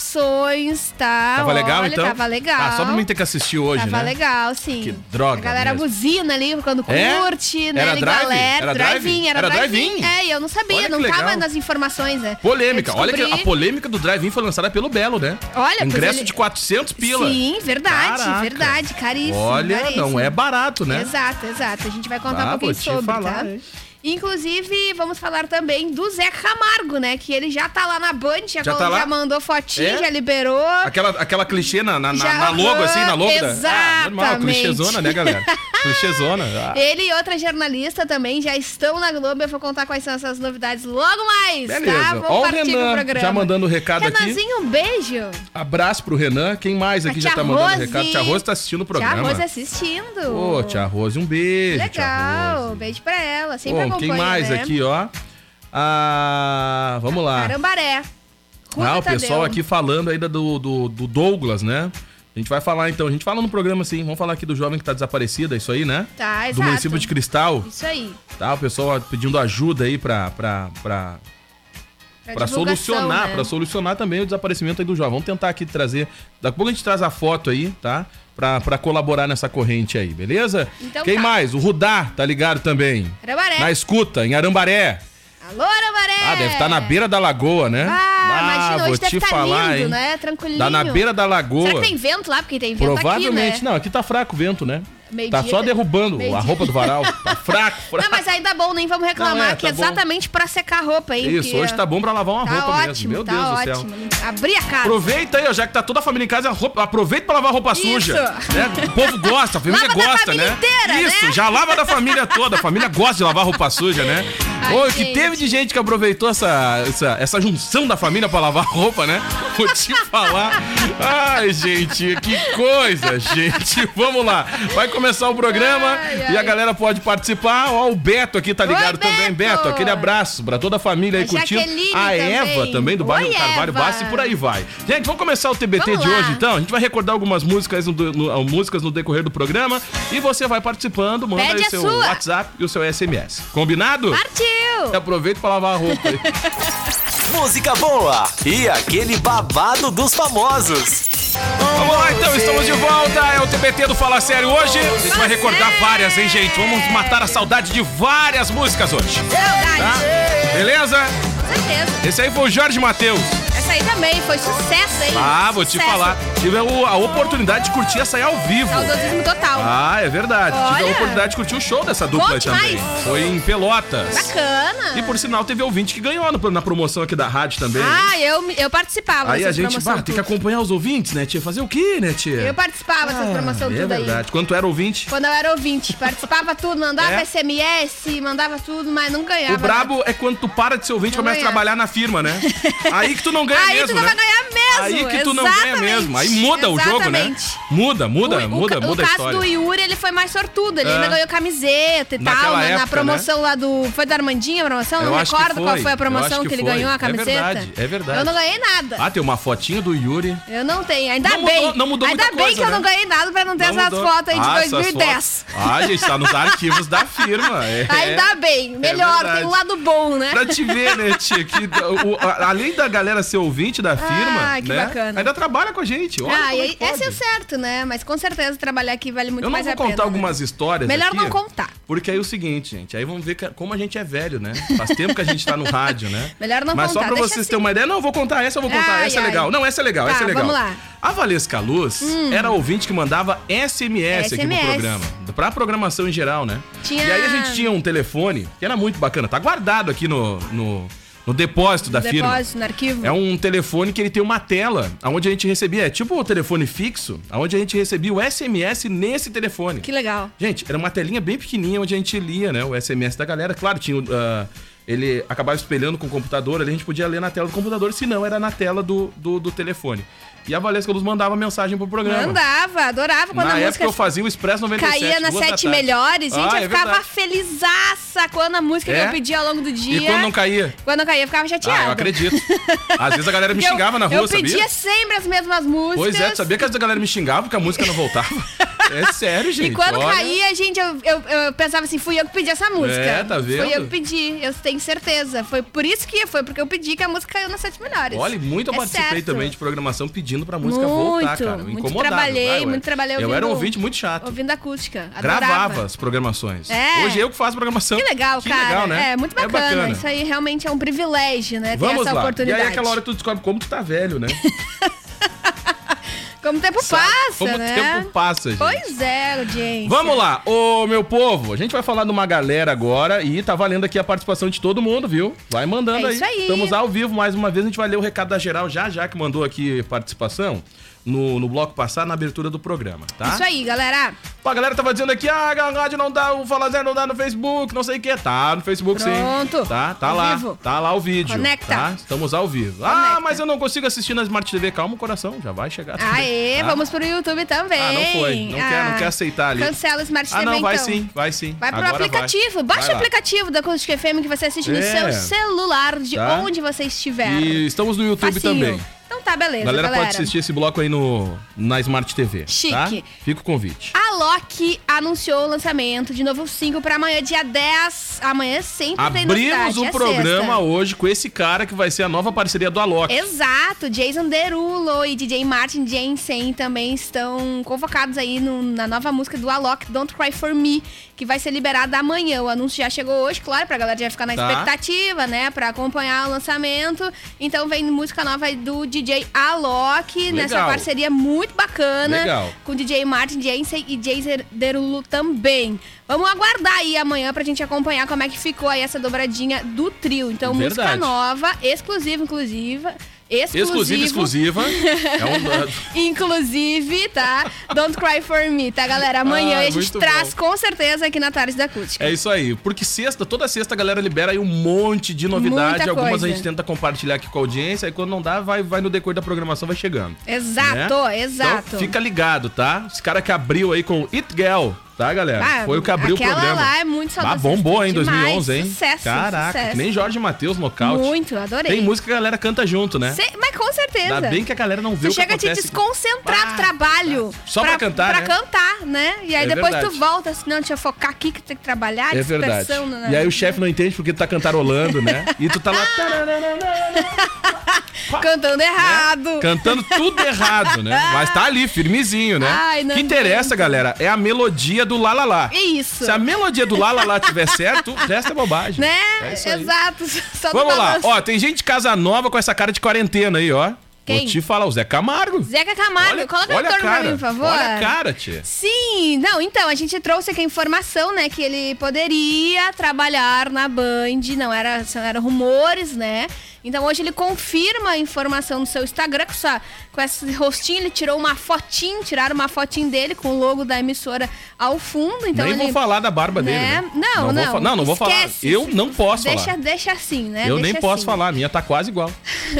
[SPEAKER 3] participações, tá?
[SPEAKER 2] Tava legal,
[SPEAKER 3] Olha,
[SPEAKER 2] então?
[SPEAKER 3] Tava legal.
[SPEAKER 2] Ah, só pra mim ter que assistir hoje,
[SPEAKER 3] Tava
[SPEAKER 2] né?
[SPEAKER 3] legal, sim.
[SPEAKER 2] Que droga
[SPEAKER 3] A galera
[SPEAKER 2] mesmo.
[SPEAKER 3] buzina ali quando
[SPEAKER 2] É?
[SPEAKER 3] curte, né?
[SPEAKER 2] Era
[SPEAKER 3] Ele
[SPEAKER 2] drive?
[SPEAKER 3] galera.
[SPEAKER 2] Era drive?
[SPEAKER 3] drive-in, era,
[SPEAKER 2] Era
[SPEAKER 3] drive-in.
[SPEAKER 2] drive-in?
[SPEAKER 3] É, e eu não sabia,
[SPEAKER 2] Olha que
[SPEAKER 3] não tava
[SPEAKER 2] legal.
[SPEAKER 3] nas informações, né?
[SPEAKER 2] Polêmica.
[SPEAKER 3] Eu
[SPEAKER 2] Olha que a
[SPEAKER 3] descobri-
[SPEAKER 2] polêmica do drive-in foi lançada pelo Belo, né?
[SPEAKER 3] Olha, pois
[SPEAKER 2] Ingresso
[SPEAKER 3] ele-
[SPEAKER 2] de 400 pila.
[SPEAKER 3] Sim, verdade,
[SPEAKER 2] Caraca.
[SPEAKER 3] verdade. Caríssimo.
[SPEAKER 2] Olha,
[SPEAKER 3] caríssimo.
[SPEAKER 2] não é barato, né?
[SPEAKER 3] Exato, exato. A gente vai contar
[SPEAKER 2] Ah,
[SPEAKER 3] um pouquinho
[SPEAKER 2] vou te
[SPEAKER 3] sobre,
[SPEAKER 2] falar,
[SPEAKER 3] tá?
[SPEAKER 2] hein?
[SPEAKER 3] Inclusive, vamos falar também do Zé Camargo, né? Que ele já tá lá na Band, já,
[SPEAKER 2] Já
[SPEAKER 3] colo-
[SPEAKER 2] tá lá?
[SPEAKER 3] já mandou fotinho,
[SPEAKER 2] É?
[SPEAKER 3] já liberou.
[SPEAKER 2] Aquela, aquela clichê na, na, na-
[SPEAKER 3] Já-
[SPEAKER 2] na logo, assim, na logo. da- Ah, normal,
[SPEAKER 3] Exatamente.
[SPEAKER 2] clichêzona, né,
[SPEAKER 3] (laughs)
[SPEAKER 2] galera? clichêzona. Ah.
[SPEAKER 3] Ele e outra jornalista também já estão na Globo. Eu vou contar quais são essas novidades logo mais, tá?
[SPEAKER 2] Beleza.
[SPEAKER 3] Vamos
[SPEAKER 2] Ó o
[SPEAKER 3] partir pro
[SPEAKER 2] Renan
[SPEAKER 3] programa.
[SPEAKER 2] já mandando o recado aqui.
[SPEAKER 3] Renanzinho, um beijo.
[SPEAKER 2] Abraço pro Renan. Quem mais aqui já tá mandando
[SPEAKER 3] Rose.
[SPEAKER 2] recado? Tia Rose tá assistindo o programa.
[SPEAKER 3] Tia Rose é assistindo.
[SPEAKER 2] Ô, Tia Rose, um beijo. Tia
[SPEAKER 3] Legal,
[SPEAKER 2] Rose.
[SPEAKER 3] beijo pra ela. Sempre
[SPEAKER 2] Bom,
[SPEAKER 3] acompanha,
[SPEAKER 2] quem mais
[SPEAKER 3] né?
[SPEAKER 2] aqui, ó? Ah, vamos lá.
[SPEAKER 3] Carambaré. Ruda
[SPEAKER 2] Ah, o pessoal
[SPEAKER 3] Tadeu.
[SPEAKER 2] aqui falando ainda do, do, do Douglas, né? A gente vai falar então, a gente fala no programa assim, vamos falar aqui do jovem que tá desaparecido, é isso aí, né?
[SPEAKER 3] Tá,
[SPEAKER 2] Do
[SPEAKER 3] exato.
[SPEAKER 2] município de Cristal,
[SPEAKER 3] Isso aí.
[SPEAKER 2] tá? O pessoal pedindo ajuda aí pra, pra, pra, pra
[SPEAKER 3] É divulgação,
[SPEAKER 2] solucionar,
[SPEAKER 3] né?
[SPEAKER 2] pra solucionar também o desaparecimento aí do jovem. Vamos tentar aqui trazer, daqui a pouco a gente traz a foto aí, tá? Pra, pra colaborar nessa corrente aí, beleza?
[SPEAKER 3] Então
[SPEAKER 2] Quem
[SPEAKER 3] tá.
[SPEAKER 2] mais? O Rudá, tá ligado também?
[SPEAKER 3] Arambaré.
[SPEAKER 2] Na escuta, em Arambaré.
[SPEAKER 3] Alô, Arambaré.
[SPEAKER 2] Ah, deve estar na beira da lagoa, né?
[SPEAKER 3] É. Ah, imagina, hoje
[SPEAKER 2] vou
[SPEAKER 3] deve
[SPEAKER 2] te
[SPEAKER 3] tá
[SPEAKER 2] falar,
[SPEAKER 3] lindo,
[SPEAKER 2] hein?
[SPEAKER 3] né? Tranquilinho.
[SPEAKER 2] Tá na beira da lagoa.
[SPEAKER 3] Será que tem vento lá? Porque tem vento
[SPEAKER 2] Provavelmente.
[SPEAKER 3] aqui, né?
[SPEAKER 2] Não, aqui tá fraco o vento, né?
[SPEAKER 3] Meio-dia
[SPEAKER 2] tá só
[SPEAKER 3] tá-
[SPEAKER 2] derrubando a
[SPEAKER 3] meio-dia.
[SPEAKER 2] roupa do varal. Tá
[SPEAKER 3] (laughs)
[SPEAKER 2] fraco, fraco.
[SPEAKER 3] Não, mas ainda bom, nem vamos reclamar,
[SPEAKER 2] Não, é,
[SPEAKER 3] que é
[SPEAKER 2] tá bom.
[SPEAKER 3] exatamente pra secar a roupa, hein?
[SPEAKER 2] Isso,
[SPEAKER 3] porque
[SPEAKER 2] hoje tá bom pra lavar uma
[SPEAKER 3] tá
[SPEAKER 2] roupa mesmo.
[SPEAKER 3] ótimo,
[SPEAKER 2] Meu
[SPEAKER 3] tá
[SPEAKER 2] Deus do céu.
[SPEAKER 3] ótimo. Abri a casa.
[SPEAKER 2] Aproveita aí, ó, já que tá toda a família em casa, roupa- aproveita pra lavar roupa
[SPEAKER 3] Isso.
[SPEAKER 2] suja. né? O povo gosta, a família
[SPEAKER 3] Lava da
[SPEAKER 2] gosta,
[SPEAKER 3] família
[SPEAKER 2] né?
[SPEAKER 3] inteira,
[SPEAKER 2] Isso,
[SPEAKER 3] né?
[SPEAKER 2] já lava da família toda. A família gosta de lavar roupa suja, né?
[SPEAKER 3] Ai,
[SPEAKER 2] Ô, o que
[SPEAKER 3] gente.
[SPEAKER 2] teve de gente que aproveitou essa, essa, essa junção da família pra lavar roupa, né? Vou te (laughs) falar. Ai, gente, que coisa, gente. Vamos lá. Vai começar o programa
[SPEAKER 3] Ai, ai.
[SPEAKER 2] e a galera pode participar. Ó, o Beto aqui tá ligado também.
[SPEAKER 3] Beto.
[SPEAKER 2] Beto, aquele abraço pra toda a família aí
[SPEAKER 3] A
[SPEAKER 2] curtindo.
[SPEAKER 3] Jaqueline
[SPEAKER 2] a
[SPEAKER 3] também.
[SPEAKER 2] Eva também, do bairro
[SPEAKER 3] Oi,
[SPEAKER 2] Carvalho
[SPEAKER 3] Eva.
[SPEAKER 2] Bassi, por aí vai. Gente, vamos começar o TBT
[SPEAKER 3] Vamos
[SPEAKER 2] de
[SPEAKER 3] lá.
[SPEAKER 2] hoje, então. A gente vai recordar algumas músicas no, no- ah, músicas no decorrer do programa e você vai participando, manda
[SPEAKER 3] Pede
[SPEAKER 2] aí
[SPEAKER 3] a
[SPEAKER 2] seu
[SPEAKER 3] sua.
[SPEAKER 2] WhatsApp e o seu SMS. Combinado?
[SPEAKER 3] Partiu!
[SPEAKER 2] Aproveita pra lavar a roupa aí. Tá
[SPEAKER 1] Música boa e aquele babado dos famosos.
[SPEAKER 2] Vamos lá, então, estamos de volta. É o TBT do Fala Sério hoje. A gente vai recordar várias, hein, gente? Vamos matar a saudade de várias músicas hoje, tá?
[SPEAKER 3] Saudade,
[SPEAKER 2] Beleza?
[SPEAKER 3] com certeza.
[SPEAKER 2] Esse aí foi o Jorge Matheus.
[SPEAKER 3] Essa aí também foi sucesso, hein?
[SPEAKER 2] Ah, vou te
[SPEAKER 3] Sucesso.
[SPEAKER 2] falar. Tive a a oportunidade de curtir essa aí ao vivo.
[SPEAKER 3] Saudosismo total.
[SPEAKER 2] Ah, é verdade. Tive a
[SPEAKER 3] Olha.
[SPEAKER 2] oportunidade de curtir o show dessa dupla aí
[SPEAKER 3] Conte
[SPEAKER 2] também.
[SPEAKER 3] mais.
[SPEAKER 2] Foi em Pelotas.
[SPEAKER 3] Bacana.
[SPEAKER 2] E por sinal, teve ouvinte que ganhou no- na promoção aqui da rádio também. né?
[SPEAKER 3] Ah, eu, eu participava
[SPEAKER 2] Aí a
[SPEAKER 3] dessas
[SPEAKER 2] gente
[SPEAKER 3] promoção
[SPEAKER 2] bah, tem que
[SPEAKER 3] tudo.
[SPEAKER 2] acompanhar os ouvintes, né, tia? Fazer o quê, né, tia?
[SPEAKER 3] Eu participava dessas promoção
[SPEAKER 2] é
[SPEAKER 3] tudo aí.
[SPEAKER 2] verdade. Quando tu era ouvinte,
[SPEAKER 3] Quando eu era ouvinte, participava tudo, mandava
[SPEAKER 2] É?
[SPEAKER 3] SMS, mandava tudo, mas não ganhava. né?
[SPEAKER 2] o brabo é quando tu para de ser ouvinte e
[SPEAKER 3] Não
[SPEAKER 2] começa
[SPEAKER 3] ganhava.
[SPEAKER 2] a trabalhar na firma,
[SPEAKER 3] (laughs)
[SPEAKER 2] né? Aí que tu não ganha
[SPEAKER 3] nada. Aí
[SPEAKER 2] mesmo,
[SPEAKER 3] tu não
[SPEAKER 2] né?
[SPEAKER 3] vai ganhar mesmo.
[SPEAKER 2] Aí que tu não ganha
[SPEAKER 3] exatamente.
[SPEAKER 2] mesmo. Aí muda o jogo, né?
[SPEAKER 3] Exatamente.
[SPEAKER 2] Muda, muda,
[SPEAKER 3] O- o
[SPEAKER 2] muda,
[SPEAKER 3] ca-
[SPEAKER 2] muda
[SPEAKER 3] o
[SPEAKER 2] a
[SPEAKER 3] caso
[SPEAKER 2] história.
[SPEAKER 3] do Yuri, ele foi mais sortudo. Ele
[SPEAKER 2] É.
[SPEAKER 3] ainda ganhou camiseta e tal,
[SPEAKER 2] Naquela
[SPEAKER 3] na, na
[SPEAKER 2] época, né?
[SPEAKER 3] promoção lá do. Foi da Armandinha a promoção?
[SPEAKER 2] Eu
[SPEAKER 3] não
[SPEAKER 2] acho que
[SPEAKER 3] recordo qual
[SPEAKER 2] foi.
[SPEAKER 3] foi a
[SPEAKER 2] Eu acho
[SPEAKER 3] promoção
[SPEAKER 2] que
[SPEAKER 3] que, ele
[SPEAKER 2] foi.
[SPEAKER 3] ganhou a
[SPEAKER 2] É
[SPEAKER 3] camiseta.
[SPEAKER 2] verdade, é verdade.
[SPEAKER 3] Eu não ganhei nada.
[SPEAKER 2] Ah, tem uma fotinha do Yuri.
[SPEAKER 3] Eu não tenho, ainda
[SPEAKER 2] Não
[SPEAKER 3] bem.
[SPEAKER 2] mudou- não mudou
[SPEAKER 3] ainda
[SPEAKER 2] muita
[SPEAKER 3] bem
[SPEAKER 2] coisa,
[SPEAKER 3] que eu
[SPEAKER 2] né?
[SPEAKER 3] não ganhei nada pra não ter
[SPEAKER 2] Não
[SPEAKER 3] essas
[SPEAKER 2] mudou.
[SPEAKER 3] fotos aí de
[SPEAKER 2] Ah, essas
[SPEAKER 3] 2010.
[SPEAKER 2] fotos. Ah, gente, tá nos arquivos da firma. É.
[SPEAKER 3] Tá, Ainda bem, melhor,
[SPEAKER 2] verdade.
[SPEAKER 3] tem um lado bom, né?
[SPEAKER 2] Pra te ver, né, tia? Que, o- a- além da galera ser ouvinte da firma,
[SPEAKER 3] Ah, que
[SPEAKER 2] né,
[SPEAKER 3] bacana.
[SPEAKER 2] ainda trabalha com a gente. Olha
[SPEAKER 3] Ah,
[SPEAKER 2] como é
[SPEAKER 3] e
[SPEAKER 2] que
[SPEAKER 3] esse é o
[SPEAKER 2] pode.
[SPEAKER 3] certo, né? Mas com certeza trabalhar aqui vale muito
[SPEAKER 2] Eu não
[SPEAKER 3] mais
[SPEAKER 2] vou
[SPEAKER 3] a pena.
[SPEAKER 2] contar
[SPEAKER 3] né?
[SPEAKER 2] algumas histórias.
[SPEAKER 3] Melhor
[SPEAKER 2] aqui,
[SPEAKER 3] não contar.
[SPEAKER 2] Porque aí é o seguinte, gente. Aí vamos ver que- como a gente é velho, né? Faz tempo que a gente tá no rádio, né?
[SPEAKER 3] (laughs) Melhor não
[SPEAKER 2] Mas
[SPEAKER 3] contar,
[SPEAKER 2] só pra
[SPEAKER 3] deixa
[SPEAKER 2] vocês
[SPEAKER 3] assim.
[SPEAKER 2] terem uma ideia. Não, eu vou contar essa, eu vou contar.
[SPEAKER 3] Ai,
[SPEAKER 2] essa é
[SPEAKER 3] ai.
[SPEAKER 2] legal. Não, essa é legal,
[SPEAKER 3] Tá,
[SPEAKER 2] essa é legal.
[SPEAKER 3] vamos lá. Hum.
[SPEAKER 2] A Valesca Luz era ouvinte que mandava SMS, aqui
[SPEAKER 3] SMS.
[SPEAKER 2] pro programa. pra programação em geral, né?
[SPEAKER 3] Tinha-
[SPEAKER 2] E aí a gente tinha um telefone que era muito bacana, tá guardado aqui no, no, no depósito da firma.
[SPEAKER 3] Depósito, no arquivo.
[SPEAKER 2] É um telefone que ele tem uma tela aonde a gente recebia, é tipo o telefone fixo, aonde a gente recebia o SMS nesse telefone.
[SPEAKER 3] Que legal.
[SPEAKER 2] Gente, era uma telinha bem pequenininha onde a gente lia, né, o SMS da galera. Claro, tinha o, ah, ele acabava espelhando com o computador, ali a gente podia ler na tela do computador, se não era na tela do, do, do telefone. E a Valesca nos mandava mensagem pro programa.
[SPEAKER 3] Mandava, adorava quando
[SPEAKER 2] Na
[SPEAKER 3] a
[SPEAKER 2] época
[SPEAKER 3] música
[SPEAKER 2] eu fazia o Expresso 97.
[SPEAKER 3] caía nas
[SPEAKER 2] duas da
[SPEAKER 3] sete
[SPEAKER 2] tarde.
[SPEAKER 3] melhores. Gente,
[SPEAKER 2] Ah,
[SPEAKER 3] eu
[SPEAKER 2] é
[SPEAKER 3] ficava
[SPEAKER 2] verdade.
[SPEAKER 3] felizaça quando a música
[SPEAKER 2] É?
[SPEAKER 3] que eu pedia ao longo do dia.
[SPEAKER 2] E quando não caía?
[SPEAKER 3] Quando eu caía, eu ficava
[SPEAKER 2] Ah,
[SPEAKER 3] chateada.
[SPEAKER 2] eu
[SPEAKER 3] (laughs)
[SPEAKER 2] acredito. Às vezes a galera me
[SPEAKER 3] Porque eu-
[SPEAKER 2] xingava na rua,
[SPEAKER 3] Eu
[SPEAKER 2] sabia?
[SPEAKER 3] pedia sempre as mesmas músicas.
[SPEAKER 2] Pois é, tu sabia que a galera me xingava porque a música não
[SPEAKER 3] (laughs)
[SPEAKER 2] voltava? É sério, gente.
[SPEAKER 3] E quando
[SPEAKER 2] olha.
[SPEAKER 3] caía, gente, eu, eu, eu pensava assim, fui eu que pedi essa música.
[SPEAKER 2] É, tá vendo?
[SPEAKER 3] Fui eu que pedi, eu tenho certeza. Foi por isso que foi, porque eu pedi que a música caiu nas sete melhores.
[SPEAKER 2] Olha, e muito eu
[SPEAKER 3] É
[SPEAKER 2] participei
[SPEAKER 3] certo.
[SPEAKER 2] também de programação pedindo pra música
[SPEAKER 3] Muito,
[SPEAKER 2] voltar, cara.
[SPEAKER 3] muito
[SPEAKER 2] Incomodado.
[SPEAKER 3] trabalhei,
[SPEAKER 2] vai, ué.
[SPEAKER 3] muito trabalhei
[SPEAKER 2] Eu
[SPEAKER 3] ouvindo-
[SPEAKER 2] era um ouvinte muito chato.
[SPEAKER 3] Ouvindo acústica. Adorava.
[SPEAKER 2] Gravava as programações.
[SPEAKER 3] É.
[SPEAKER 2] Hoje eu que faço programação.
[SPEAKER 3] Que legal, cara.
[SPEAKER 2] legal, né?
[SPEAKER 3] É, muito bacana. Isso aí realmente é um privilégio, né? ter
[SPEAKER 2] Vamos
[SPEAKER 3] essa
[SPEAKER 2] lá.
[SPEAKER 3] oportunidade.
[SPEAKER 2] E aí aquela hora tu descobre como tu tá velho,
[SPEAKER 3] (laughs)
[SPEAKER 2] né?
[SPEAKER 3] Como o tempo passa,
[SPEAKER 2] como
[SPEAKER 3] né?
[SPEAKER 2] o tempo passa, gente.
[SPEAKER 3] Pois é, audiência.
[SPEAKER 2] Vamos lá, ô meu povo, a gente vai falar de uma galera agora e tá valendo aqui a participação de todo mundo, viu? Vai mandando
[SPEAKER 3] É
[SPEAKER 2] aí.
[SPEAKER 3] isso aí.
[SPEAKER 2] Estamos ao vivo mais uma vez, a gente vai ler o recado da geral já já que mandou aqui participação no, no bloco passado, na abertura do programa, tá?
[SPEAKER 3] Isso aí, galera.
[SPEAKER 2] Pô, a galera tava dizendo aqui, ah, a rádio não dá, o Fala Zero não dá no Facebook, não sei o que. Tá no Facebook
[SPEAKER 3] Pronto.
[SPEAKER 2] sim. Tá, tá
[SPEAKER 3] Ao
[SPEAKER 2] lá.
[SPEAKER 3] vivo.
[SPEAKER 2] Tá lá o vídeo.
[SPEAKER 3] Conecta.
[SPEAKER 2] Tá? Estamos ao vivo. Ah,
[SPEAKER 3] Conecta.
[SPEAKER 2] mas eu não consigo assistir na Smart TV. Calma, coração, já vai chegar. também, (laughs)
[SPEAKER 3] Aê,
[SPEAKER 2] tá?
[SPEAKER 3] vamos pro YouTube também. Ah,
[SPEAKER 2] Ah, não foi. Não, quer, não quer aceitar ali.
[SPEAKER 3] Cancela o Smart
[SPEAKER 2] Ah,
[SPEAKER 3] TV,
[SPEAKER 2] não, vai
[SPEAKER 3] então.
[SPEAKER 2] sim, vai sim.
[SPEAKER 3] Vai pro
[SPEAKER 2] Agora
[SPEAKER 3] aplicativo. Baixa
[SPEAKER 2] Vai
[SPEAKER 3] o
[SPEAKER 2] lá.
[SPEAKER 3] aplicativo da Acústica FM que você assiste no
[SPEAKER 2] É.
[SPEAKER 3] seu celular, de
[SPEAKER 2] Tá.
[SPEAKER 3] onde você estiver.
[SPEAKER 2] E estamos no YouTube
[SPEAKER 3] Facinho.
[SPEAKER 2] também.
[SPEAKER 3] Então tá, beleza,
[SPEAKER 2] Galera,
[SPEAKER 3] galera.
[SPEAKER 2] pode assistir esse bloco aí no, na Smart TV. Tá?
[SPEAKER 3] Chique.
[SPEAKER 2] Fica o convite.
[SPEAKER 3] A Loki anunciou o lançamento de novo single pra amanhã, dia 10. Amanhã sempre tem
[SPEAKER 2] Abrimos
[SPEAKER 3] novidade.
[SPEAKER 2] o
[SPEAKER 3] é
[SPEAKER 2] programa
[SPEAKER 3] sexta.
[SPEAKER 2] hoje com esse cara que vai ser a nova parceria do (laughs) Alok.
[SPEAKER 3] Exato, Jason Derulo e DJ Martin Jensen também estão convocados aí no- na nova música do Alok, Don't Cry For Me, que vai ser liberada amanhã. O anúncio já chegou hoje, claro, pra galera já ficar na
[SPEAKER 2] Tá.
[SPEAKER 3] expectativa, né, pra acompanhar o lançamento. Então vem música nova aí do DJ Alok, nessa
[SPEAKER 2] Legal.
[SPEAKER 3] parceria muito bacana.
[SPEAKER 2] Legal.
[SPEAKER 3] Com DJ Martin Jensen e Jason Derulo também. Vamos aguardar aí amanhã pra gente acompanhar como é que ficou aí essa dobradinha do trio. Então, música
[SPEAKER 2] Verdade.
[SPEAKER 3] nova nova, exclusiva, inclusiva.
[SPEAKER 2] Exclusiva, exclusiva.
[SPEAKER 3] Exclusiva,
[SPEAKER 2] É
[SPEAKER 3] (laughs)
[SPEAKER 2] um-
[SPEAKER 3] Inclusive, tá? Don't cry for me, tá, galera? Amanhã
[SPEAKER 2] Ah,
[SPEAKER 3] a gente
[SPEAKER 2] muito
[SPEAKER 3] traz
[SPEAKER 2] bom.
[SPEAKER 3] com certeza aqui na Tarde da Acústica.
[SPEAKER 2] É isso aí. Porque sexta, toda sexta a galera libera aí um monte de novidade.
[SPEAKER 3] Muita
[SPEAKER 2] Algumas
[SPEAKER 3] coisa.
[SPEAKER 2] a gente tenta compartilhar aqui com a audiência. Aí quando não dá, vai, vai no decorrer da programação, vai chegando.
[SPEAKER 3] Exato,
[SPEAKER 2] né?
[SPEAKER 3] exato.
[SPEAKER 2] Então, fica ligado, tá? Esse cara que abriu aí com It Girl, tá, galera?
[SPEAKER 3] Ah,
[SPEAKER 2] Foi o que abriu o
[SPEAKER 3] aquela
[SPEAKER 2] programa.
[SPEAKER 3] lá é muito saudosa.
[SPEAKER 2] Ah, bombou, hein, em
[SPEAKER 3] Demais,
[SPEAKER 2] 2011, hein?
[SPEAKER 3] sucesso,
[SPEAKER 2] Caraca,
[SPEAKER 3] sucesso.
[SPEAKER 2] que nem Jorge Matheus, nocaute.
[SPEAKER 3] Muito, adorei.
[SPEAKER 2] Tem música que a galera canta junto, né?
[SPEAKER 3] Cê- mas com certeza.
[SPEAKER 2] Ainda bem que a galera não vê
[SPEAKER 3] Tu
[SPEAKER 2] o que
[SPEAKER 3] chega a te
[SPEAKER 2] acontece.
[SPEAKER 3] desconcentrar
[SPEAKER 2] Ah,
[SPEAKER 3] do trabalho.
[SPEAKER 2] Só pra cantar,
[SPEAKER 3] Pra
[SPEAKER 2] né?
[SPEAKER 3] cantar, né? E aí
[SPEAKER 2] É
[SPEAKER 3] depois
[SPEAKER 2] verdade.
[SPEAKER 3] tu volta, assim, não, deixa eu focar aqui que tem que trabalhar.
[SPEAKER 2] É verdade.
[SPEAKER 3] dispersão, né?
[SPEAKER 2] E aí o chefe não entende porque tu tá cantarolando, né? E tu tá lá
[SPEAKER 3] Cantando
[SPEAKER 2] Né? (laughs)
[SPEAKER 3] errado.
[SPEAKER 2] cantando tudo errado, né? Mas tá ali, firmezinho, né?
[SPEAKER 3] Ai, não
[SPEAKER 2] o que interessa, galera, é a melodia do lá, lá, lá.
[SPEAKER 3] É isso.
[SPEAKER 2] Se a melodia do lá, lá, lá tiver certo, o resto é bobagem.
[SPEAKER 3] Né?
[SPEAKER 2] É isso aí.
[SPEAKER 3] Exato. (laughs) Só tu
[SPEAKER 2] Vamos lá,
[SPEAKER 3] balança.
[SPEAKER 2] ó, tem gente de casa nova com essa cara de quarentena aí, ó.
[SPEAKER 3] Quem?
[SPEAKER 2] Vou te falar, o Zé Camargo.
[SPEAKER 3] Zeca Camargo, coloca o
[SPEAKER 2] olha
[SPEAKER 3] retorno pra
[SPEAKER 2] cara,
[SPEAKER 3] mim, por favor.
[SPEAKER 2] Olha a cara, tia.
[SPEAKER 3] Sim, não, então, a gente trouxe aqui a informação, né, que ele poderia trabalhar na Band, não era, só eram rumores, né? Então hoje ele confirma a informação no seu Instagram, com, essa, com esse rostinho, ele tirou uma fotinho, tiraram uma fotinho dele com o logo da emissora ao fundo, então
[SPEAKER 2] Nem
[SPEAKER 3] ele...
[SPEAKER 2] vou falar da barba dele.
[SPEAKER 3] né?
[SPEAKER 2] né?
[SPEAKER 3] Não, não,
[SPEAKER 2] Vou fa- não, não vou falar.
[SPEAKER 3] esquece.
[SPEAKER 2] Eu não posso
[SPEAKER 3] deixa,
[SPEAKER 2] falar.
[SPEAKER 3] Deixa assim, né?
[SPEAKER 2] Eu
[SPEAKER 3] Deixa
[SPEAKER 2] nem posso
[SPEAKER 3] assim.
[SPEAKER 2] falar, a minha tá quase igual.
[SPEAKER 3] (laughs)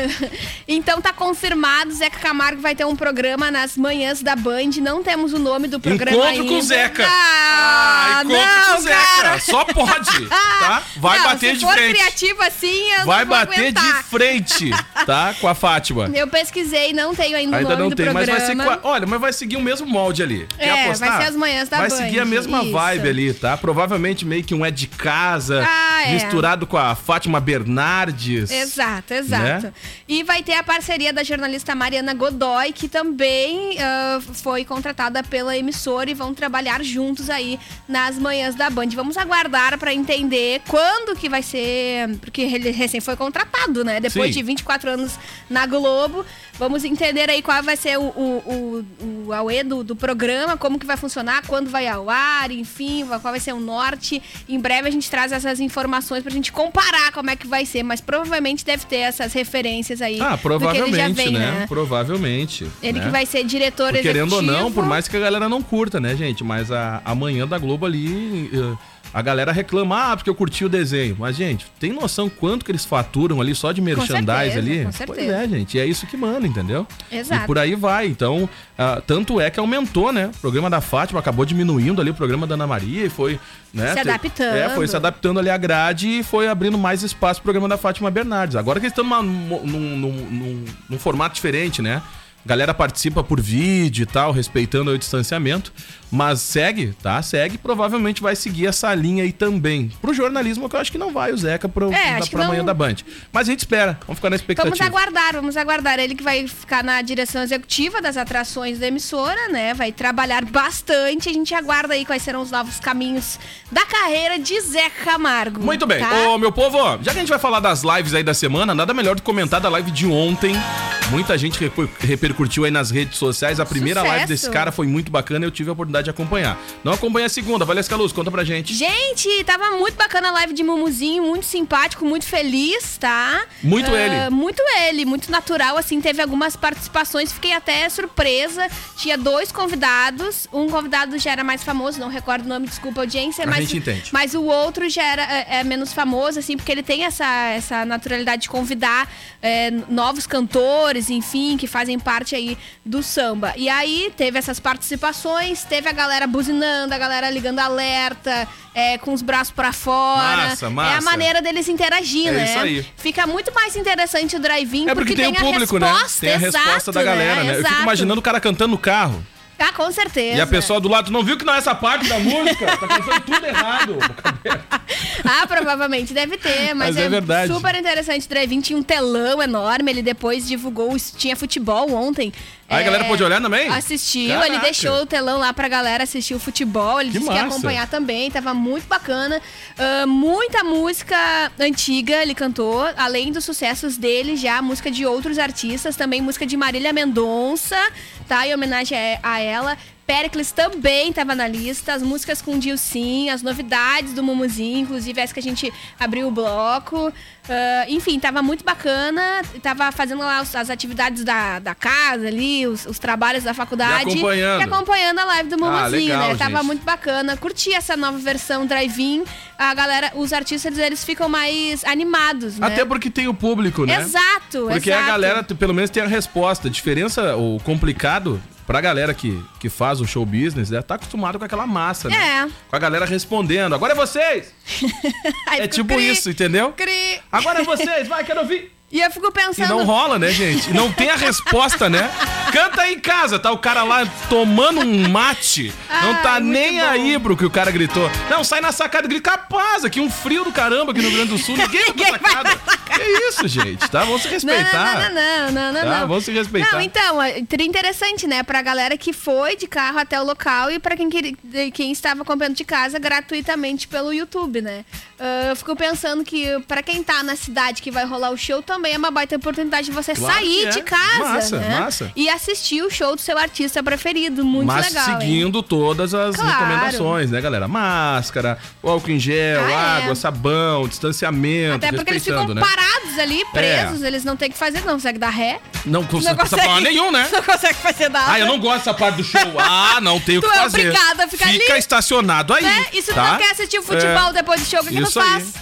[SPEAKER 3] Então tá confirmado, Zeca Camargo vai ter um programa nas manhãs da Band. Não temos o nome do programa
[SPEAKER 2] Encontro
[SPEAKER 3] ainda.
[SPEAKER 2] com o Zeca.
[SPEAKER 3] Ah,
[SPEAKER 2] encontro
[SPEAKER 3] não,
[SPEAKER 2] com o Zeca.
[SPEAKER 3] cara.
[SPEAKER 2] Só pode,
[SPEAKER 3] (laughs)
[SPEAKER 2] tá? Vai
[SPEAKER 3] Não,
[SPEAKER 2] bater
[SPEAKER 3] se
[SPEAKER 2] de
[SPEAKER 3] for
[SPEAKER 2] frente.
[SPEAKER 3] criativo assim, eu
[SPEAKER 2] Vai
[SPEAKER 3] não vou
[SPEAKER 2] bater
[SPEAKER 3] aguentar.
[SPEAKER 2] de frente, tá? Com a Fátima.
[SPEAKER 3] Eu pesquisei, não tenho ainda, o
[SPEAKER 2] Ainda
[SPEAKER 3] nome
[SPEAKER 2] não
[SPEAKER 3] do
[SPEAKER 2] tem, mas
[SPEAKER 3] programa.
[SPEAKER 2] vai ser. qua- Olha, mas vai seguir o mesmo molde ali.
[SPEAKER 3] É, vai ser as manhãs da
[SPEAKER 2] Vai
[SPEAKER 3] Band,
[SPEAKER 2] seguir a mesma
[SPEAKER 3] isso.
[SPEAKER 2] vibe ali, tá? Provavelmente meio que um é de casa,
[SPEAKER 3] Ah, é.
[SPEAKER 2] misturado com a Fátima Bernardes.
[SPEAKER 3] Exato, exato.
[SPEAKER 2] Né?
[SPEAKER 3] E vai ter a parceria da jornalista Mariana Godoy, que também ah, foi contratada pela emissora e vão trabalhar juntos aí nas manhãs da Band. Vamos aguardar pra entender quando que vai ser, porque ele recém foi contratado, né? Depois
[SPEAKER 2] Sim.
[SPEAKER 3] de 24 anos na Globo, vamos brincadeira aí, qual vai ser o, o, o, o Aue do, do programa, como que vai funcionar, quando vai ao ar, enfim, qual vai ser o norte. Em breve a gente traz essas informações pra gente comparar como é que vai ser, mas provavelmente deve ter essas referências aí.
[SPEAKER 2] Ah,
[SPEAKER 3] do que ele já
[SPEAKER 2] provavelmente,
[SPEAKER 3] vem,
[SPEAKER 2] né? Provavelmente.
[SPEAKER 3] Ele
[SPEAKER 2] né?
[SPEAKER 3] que vai ser diretor
[SPEAKER 2] Porque,
[SPEAKER 3] executivo.
[SPEAKER 2] Querendo ou não, por mais que a galera não curta, né, gente? Mas a, a manhã da Globo ali. eh, A galera reclama, ah, porque eu curti o desenho. Mas, gente, tem noção quanto que eles faturam ali só de merchandise
[SPEAKER 3] certeza,
[SPEAKER 2] ali?
[SPEAKER 3] com
[SPEAKER 2] Pois
[SPEAKER 3] certeza.
[SPEAKER 2] é, gente. E é isso que manda, entendeu?
[SPEAKER 3] Exato.
[SPEAKER 2] E por aí vai. Então, ah, tanto é que aumentou, né? O programa da Fátima acabou diminuindo ali o programa da Ana Maria e foi, né?
[SPEAKER 3] Se
[SPEAKER 2] te-
[SPEAKER 3] adaptando.
[SPEAKER 2] É, foi se adaptando ali à grade e foi abrindo mais espaço pro programa da Fátima Bernardes. Agora que eles estão numa- num, num- num- num- num formato diferente, né? Galera participa por vídeo e tal, respeitando o distanciamento, mas segue, tá? Segue, provavelmente vai seguir essa linha aí também. Pro jornalismo, que eu acho que não vai o Zeca pro,
[SPEAKER 3] É,
[SPEAKER 2] da-
[SPEAKER 3] acho que
[SPEAKER 2] pra
[SPEAKER 3] não-
[SPEAKER 2] manhã da Band. Mas a gente espera, vamos ficar na expectativa.
[SPEAKER 3] Vamos aguardar, vamos aguardar. Ele que vai ficar na direção executiva das atrações da emissora, né? Vai trabalhar bastante. A gente aguarda aí quais serão os novos caminhos da carreira de Zeca Camargo.
[SPEAKER 2] Hum, Muito bem.
[SPEAKER 3] tá?
[SPEAKER 2] Ô, meu povo, ó, já que a gente vai falar das lives aí da semana, nada melhor do que comentar da live de ontem. Muita gente reper- repercutiu aí nas redes sociais. A primeira
[SPEAKER 3] Sucesso.
[SPEAKER 2] live desse cara foi muito bacana e eu tive a oportunidade de acompanhar. Não acompanha a segunda. Valesca Luz, conta pra gente.
[SPEAKER 3] Gente, tava muito bacana a live de Mumuzinho, muito simpático, muito feliz, tá?
[SPEAKER 2] Muito
[SPEAKER 3] Ah,
[SPEAKER 2] ele.
[SPEAKER 3] Muito ele, muito natural, assim, teve algumas participações, fiquei até surpresa. Tinha dois convidados, um convidado já era mais famoso, não recordo o nome, desculpa, audiência,
[SPEAKER 2] A
[SPEAKER 3] É, mas,
[SPEAKER 2] gente entende.
[SPEAKER 3] mas o outro já era é, é menos famoso, assim, porque ele tem essa, essa naturalidade de convidar é, novos cantores, enfim, que fazem parte aí do samba. E aí teve essas participações, teve a galera buzinando, a galera ligando alerta, é, com os braços pra fora.
[SPEAKER 2] Massa,
[SPEAKER 3] É
[SPEAKER 2] massa.
[SPEAKER 3] a maneira deles interagir,
[SPEAKER 2] É
[SPEAKER 3] né?
[SPEAKER 2] isso aí.
[SPEAKER 3] Fica muito mais interessante o drive-in
[SPEAKER 2] É porque, tem, o público,
[SPEAKER 3] a
[SPEAKER 2] né?
[SPEAKER 3] resposta,
[SPEAKER 2] Tem a resposta
[SPEAKER 3] exato,
[SPEAKER 2] da galera, né? Eu
[SPEAKER 3] Exato.
[SPEAKER 2] fico imaginando o cara cantando no carro.
[SPEAKER 3] Ah, com certeza.
[SPEAKER 2] E a pessoa do lado, não viu que não é essa parte da música? Tá cantando tudo errado.
[SPEAKER 3] (laughs) Ah, provavelmente deve ter, mas,
[SPEAKER 2] Mas é verdade.
[SPEAKER 3] super interessante. O drive-in tinha um telão enorme, ele depois divulgou, os- tinha futebol ontem. É,
[SPEAKER 2] Aí Ah, a galera pôde olhar também?
[SPEAKER 3] Assistiu, ele
[SPEAKER 2] Caraca.
[SPEAKER 3] deixou o telão lá pra galera assistir o futebol, ele
[SPEAKER 2] Que
[SPEAKER 3] disse que ia
[SPEAKER 2] massa.
[SPEAKER 3] acompanhar também, tava muito bacana. Ah, muita música antiga ele cantou, além dos sucessos dele já, música de outros artistas, também música de Marília Mendonça, tá? Em homenagem a- a ela. Pericles também tava na lista, as músicas com Dilcim, as novidades do Mumuzinho, inclusive essa que a gente abriu o bloco. Ah, enfim, tava muito bacana, tava fazendo lá os- as atividades da, da casa ali, os, os trabalhos da faculdade.
[SPEAKER 2] E acompanhando.
[SPEAKER 3] E acompanhando a live do Mumuzinho,
[SPEAKER 2] Ah, legal,
[SPEAKER 3] né? Tava
[SPEAKER 2] gente.
[SPEAKER 3] muito bacana. Curti essa nova versão drive-in. A galera, os artistas, eles ficam mais animados, (laughs) né?
[SPEAKER 2] Até porque tem o público, né?
[SPEAKER 3] Exato,
[SPEAKER 2] Porque
[SPEAKER 3] exato.
[SPEAKER 2] a galera, t- pelo menos, tem a resposta. A diferença, o complicado, pra galera que, que faz o show business, né? Tá acostumado com aquela massa, né?
[SPEAKER 3] É.
[SPEAKER 2] Com a galera respondendo. Agora é vocês!
[SPEAKER 3] (laughs) Aí
[SPEAKER 2] é
[SPEAKER 3] fica
[SPEAKER 2] tipo
[SPEAKER 3] cri,
[SPEAKER 2] isso, entendeu?
[SPEAKER 3] cri.
[SPEAKER 2] Agora é vocês, vai, quero ouvir!
[SPEAKER 3] E eu fico
[SPEAKER 2] E não
[SPEAKER 3] pensando.
[SPEAKER 2] rola, né, gente? E não tem a resposta, né? Canta aí em casa, tá o cara lá tomando um mate. Não tá
[SPEAKER 3] Ai, muito
[SPEAKER 2] nem
[SPEAKER 3] bom.
[SPEAKER 2] aí pro que o cara gritou. Não, sai na sacada e grita. Capaz, aqui um frio do caramba aqui no Rio Grande do Sul. Ninguém vai pra
[SPEAKER 3] (laughs) Ninguém vai
[SPEAKER 2] sacada. Que isso, gente, tá? Vamos se respeitar.
[SPEAKER 3] Não, não, não, não, não,
[SPEAKER 2] Tá,
[SPEAKER 3] não.
[SPEAKER 2] vamos se respeitar.
[SPEAKER 3] Não, então, é seria interessante, né? Pra galera que foi de carro até o local e pra quem, queri- de- quem estava comprando de casa gratuitamente pelo YouTube, né? Ah, eu fico pensando que pra quem tá na cidade que vai rolar o show também é uma baita oportunidade de você
[SPEAKER 2] Claro
[SPEAKER 3] sair
[SPEAKER 2] que é.
[SPEAKER 3] de casa,
[SPEAKER 2] Massa,
[SPEAKER 3] né?
[SPEAKER 2] massa.
[SPEAKER 3] E assistir o show do seu artista preferido. Muito
[SPEAKER 2] Mas
[SPEAKER 3] legal. hein?
[SPEAKER 2] seguindo todas as
[SPEAKER 3] Claro.
[SPEAKER 2] recomendações, né, galera? Máscara, álcool em gel,
[SPEAKER 3] Ah, é.
[SPEAKER 2] água, sabão, distanciamento,
[SPEAKER 3] Até porque eles ficam
[SPEAKER 2] respeitando, né?
[SPEAKER 3] parados ali, presos, eles não têm o que fazer, não conseguem dar ré.
[SPEAKER 2] Não consegue
[SPEAKER 3] não
[SPEAKER 2] passar
[SPEAKER 3] consegue,
[SPEAKER 2] pra nenhum, né?
[SPEAKER 3] (laughs) Não consegue fazer nada.
[SPEAKER 2] Ah, eu não gosto dessa parte do
[SPEAKER 3] (laughs)
[SPEAKER 2] show. Ah, não tenho o
[SPEAKER 3] Tu
[SPEAKER 2] que
[SPEAKER 3] é
[SPEAKER 2] fazer.
[SPEAKER 3] obrigado a ficar
[SPEAKER 2] Fica
[SPEAKER 3] ali.
[SPEAKER 2] estacionado aí. tá? É,
[SPEAKER 3] Né? E se tu não quer assistir o futebol depois do show, o que, que tu
[SPEAKER 2] Isso aí.
[SPEAKER 3] faz?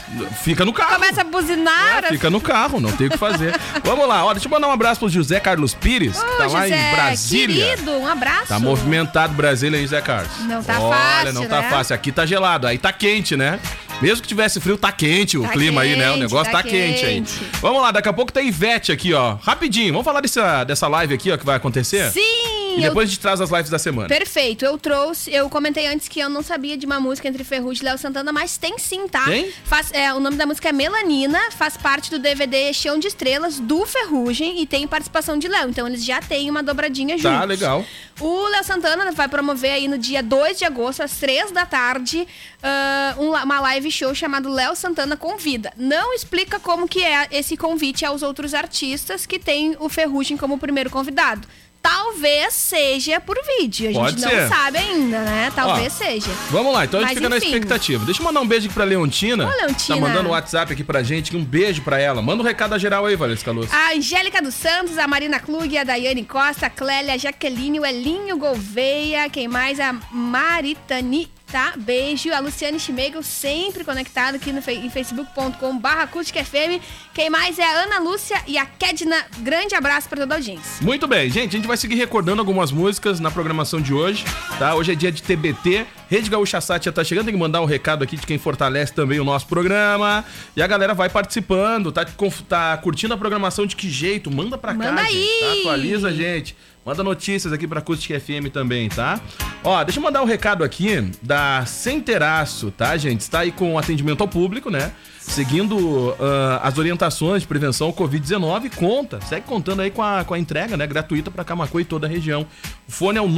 [SPEAKER 2] Fica no carro.
[SPEAKER 3] Começa a buzinar. assim,
[SPEAKER 2] É, fica no carro, não tem o que
[SPEAKER 3] (laughs)
[SPEAKER 2] fazer. Vamos lá, olha, deixa eu mandar um abraço pro José Carlos Pires,
[SPEAKER 3] Ô,
[SPEAKER 2] que tá lá
[SPEAKER 3] José,
[SPEAKER 2] em Brasília.
[SPEAKER 3] Querido, um abraço.
[SPEAKER 2] Tá movimentado Brasília, hein, Zé Carlos?
[SPEAKER 3] Não tá
[SPEAKER 2] Olha,
[SPEAKER 3] fácil,
[SPEAKER 2] não tá
[SPEAKER 3] né?
[SPEAKER 2] fácil. Aqui tá gelado, aí tá quente, né? Mesmo que tivesse frio, tá quente o
[SPEAKER 3] Tá
[SPEAKER 2] clima aí, né? O
[SPEAKER 3] quente,
[SPEAKER 2] negócio tá,
[SPEAKER 3] tá
[SPEAKER 2] quente. aí.
[SPEAKER 3] quente.
[SPEAKER 2] Vamos lá, daqui a pouco tem Ivete aqui, ó. Rapidinho, vamos falar dessa, dessa live aqui, ó, que vai acontecer?
[SPEAKER 3] Sim, Sim,
[SPEAKER 2] E
[SPEAKER 3] eu
[SPEAKER 2] depois a gente traz as lives da semana.
[SPEAKER 3] Perfeito, eu trouxe, eu comentei antes que eu não sabia de uma música entre Ferrugem e Léo Santana, mas tem sim, tá?
[SPEAKER 2] Tem?
[SPEAKER 3] Faz- é, o nome da música é Melanina, faz parte do DVD Chão de Estrelas do Ferrugem e tem participação de Léo, então eles já têm uma dobradinha juntos.
[SPEAKER 2] Tá, legal.
[SPEAKER 3] O Léo Santana vai promover aí no dia 2 de agosto, às 3 da tarde, ah, um la- uma live show chamado Léo Santana Convida. Não explica como que é esse convite aos outros artistas que tem o Ferrugem como primeiro convidado. Talvez seja por vídeo, a gente
[SPEAKER 2] Pode
[SPEAKER 3] não
[SPEAKER 2] ser.
[SPEAKER 3] sabe ainda, né? Talvez
[SPEAKER 2] Ó,
[SPEAKER 3] seja.
[SPEAKER 2] Vamos lá, então a gente
[SPEAKER 3] Mas,
[SPEAKER 2] fica na
[SPEAKER 3] enfim.
[SPEAKER 2] expectativa. Deixa eu mandar um beijo aqui pra Leontina.
[SPEAKER 3] Ô, Leontina.
[SPEAKER 2] Tá mandando um WhatsApp aqui pra gente. Um beijo pra ela. Manda um recado geral aí, Valência Caloso.
[SPEAKER 3] A Angélica dos Santos, a Marina Klug, a Daiane Costa, a Clélia, a Jaqueline, o Elinho Gouveia, quem mais? A Maritani, tá? Beijo. A Luciane Schmegel, sempre conectado aqui no fe- em facebook.com barra FM. Quem mais é a Ana Lúcia e a Kedna. Grande abraço pra toda a audiência.
[SPEAKER 2] Muito bem, gente, a gente vai seguir recordando algumas músicas na programação de hoje, tá? Hoje é dia de TBT, Rede Gaúcha Sat já tá chegando, tem que mandar um recado aqui de quem fortalece também o nosso programa. E a galera vai participando, tá, conf- tá curtindo a programação de que jeito? Manda pra cá,
[SPEAKER 3] Manda
[SPEAKER 2] gente, tá?
[SPEAKER 3] aí!
[SPEAKER 2] Atualiza a gente. Manda notícias aqui pra Acústica FM também, tá? Ó, deixa eu mandar um recado aqui da Centeraço, tá, gente? Está aí com atendimento ao público, né? Seguindo ah, as orientações de prevenção ao Covid-19, conta, segue contando aí com a, com a entrega, né? Gratuita pra Camacuã e toda a região. O fone é o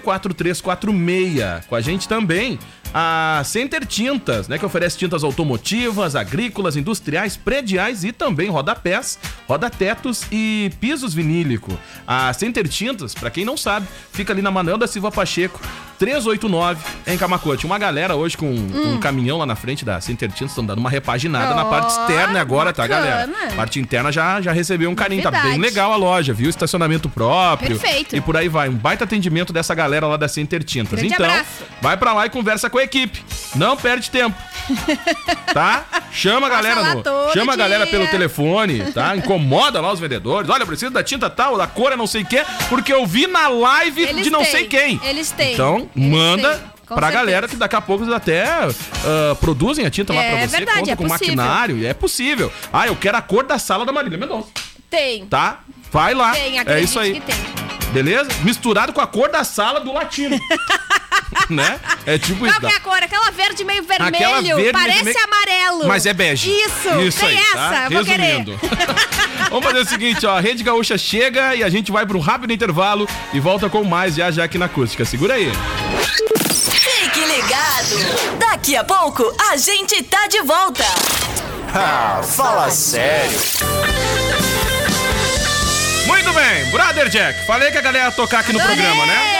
[SPEAKER 2] 98921-4346. Com a gente também a Center Tintas, né, que oferece tintas automotivas, agrícolas, industriais, prediais e também rodapés, rodatetos e pisos vinílico. A Center Tintas, pra quem não sabe, fica ali na Manuel da Silva Pacheco, 389, em Camacuã. Tinha uma galera hoje com, com
[SPEAKER 3] Hum.
[SPEAKER 2] um caminhão lá na frente da Center Tintas, estão dando uma repaginada na
[SPEAKER 3] Ó,
[SPEAKER 2] parte externa agora, tá, galera?
[SPEAKER 3] bacana.
[SPEAKER 2] Parte interna já, já recebeu um carinho, tá bem
[SPEAKER 3] Novidade.
[SPEAKER 2] legal a loja, viu? Estacionamento próprio.
[SPEAKER 3] Perfeito.
[SPEAKER 2] E por aí vai, um baita atendimento dessa galera lá da Center Tintas.
[SPEAKER 3] Grande
[SPEAKER 2] então,
[SPEAKER 3] abraço.
[SPEAKER 2] vai pra lá e conversa com a equipe. Não perde
[SPEAKER 3] (laughs)
[SPEAKER 2] tempo. tá? Chama a
[SPEAKER 3] Passa
[SPEAKER 2] galera
[SPEAKER 3] lá
[SPEAKER 2] no-
[SPEAKER 3] todo
[SPEAKER 2] chama a galera
[SPEAKER 3] dia.
[SPEAKER 2] pelo telefone, tá? Incomoda lá os vendedores. Olha, eu preciso da tinta tal, da cor, eu não sei o quê, porque eu vi na live
[SPEAKER 3] Eles
[SPEAKER 2] de não
[SPEAKER 3] têm,
[SPEAKER 2] sei quem.
[SPEAKER 3] eles têm,
[SPEAKER 2] Então,
[SPEAKER 3] eles
[SPEAKER 2] manda
[SPEAKER 3] têm, com
[SPEAKER 2] pra
[SPEAKER 3] certeza.
[SPEAKER 2] galera que daqui a pouco eles até ah, produzem a tinta lá
[SPEAKER 3] É
[SPEAKER 2] pra você,
[SPEAKER 3] verdade,
[SPEAKER 2] conta
[SPEAKER 3] é
[SPEAKER 2] com
[SPEAKER 3] possível.
[SPEAKER 2] maquinário, e é possível. Ah, eu quero a cor da sala da Marília Mendonça,
[SPEAKER 3] Tem.
[SPEAKER 2] tá? Vai lá.
[SPEAKER 3] Tem,
[SPEAKER 2] é
[SPEAKER 3] acredite
[SPEAKER 2] isso aí.
[SPEAKER 3] que tem.
[SPEAKER 2] Beleza? Misturado com a cor da sala do
[SPEAKER 3] (laughs)
[SPEAKER 2] latino. né? É tipo
[SPEAKER 3] Qual
[SPEAKER 2] isso.
[SPEAKER 3] que é a cor? Aquela verde meio vermelho.
[SPEAKER 2] Aquela verde meio
[SPEAKER 3] parece
[SPEAKER 2] vermelho,
[SPEAKER 3] amarelo.
[SPEAKER 2] Mas é bege.
[SPEAKER 3] Isso, tem essa.
[SPEAKER 2] tá?
[SPEAKER 3] Eu vou querer.
[SPEAKER 2] Resumindo. (laughs) Vamos fazer o seguinte, ó. A Rede Gaúcha chega e a gente vai para um rápido intervalo e volta com mais já já aqui na acústica. Segura aí.
[SPEAKER 4] Fique ligado. Daqui a pouco a gente tá de volta.
[SPEAKER 1] Ah, fala sério.
[SPEAKER 2] Muito bem, Brother Jack. Falei que a galera ia tocar aqui no
[SPEAKER 3] Adorei!
[SPEAKER 2] programa, né?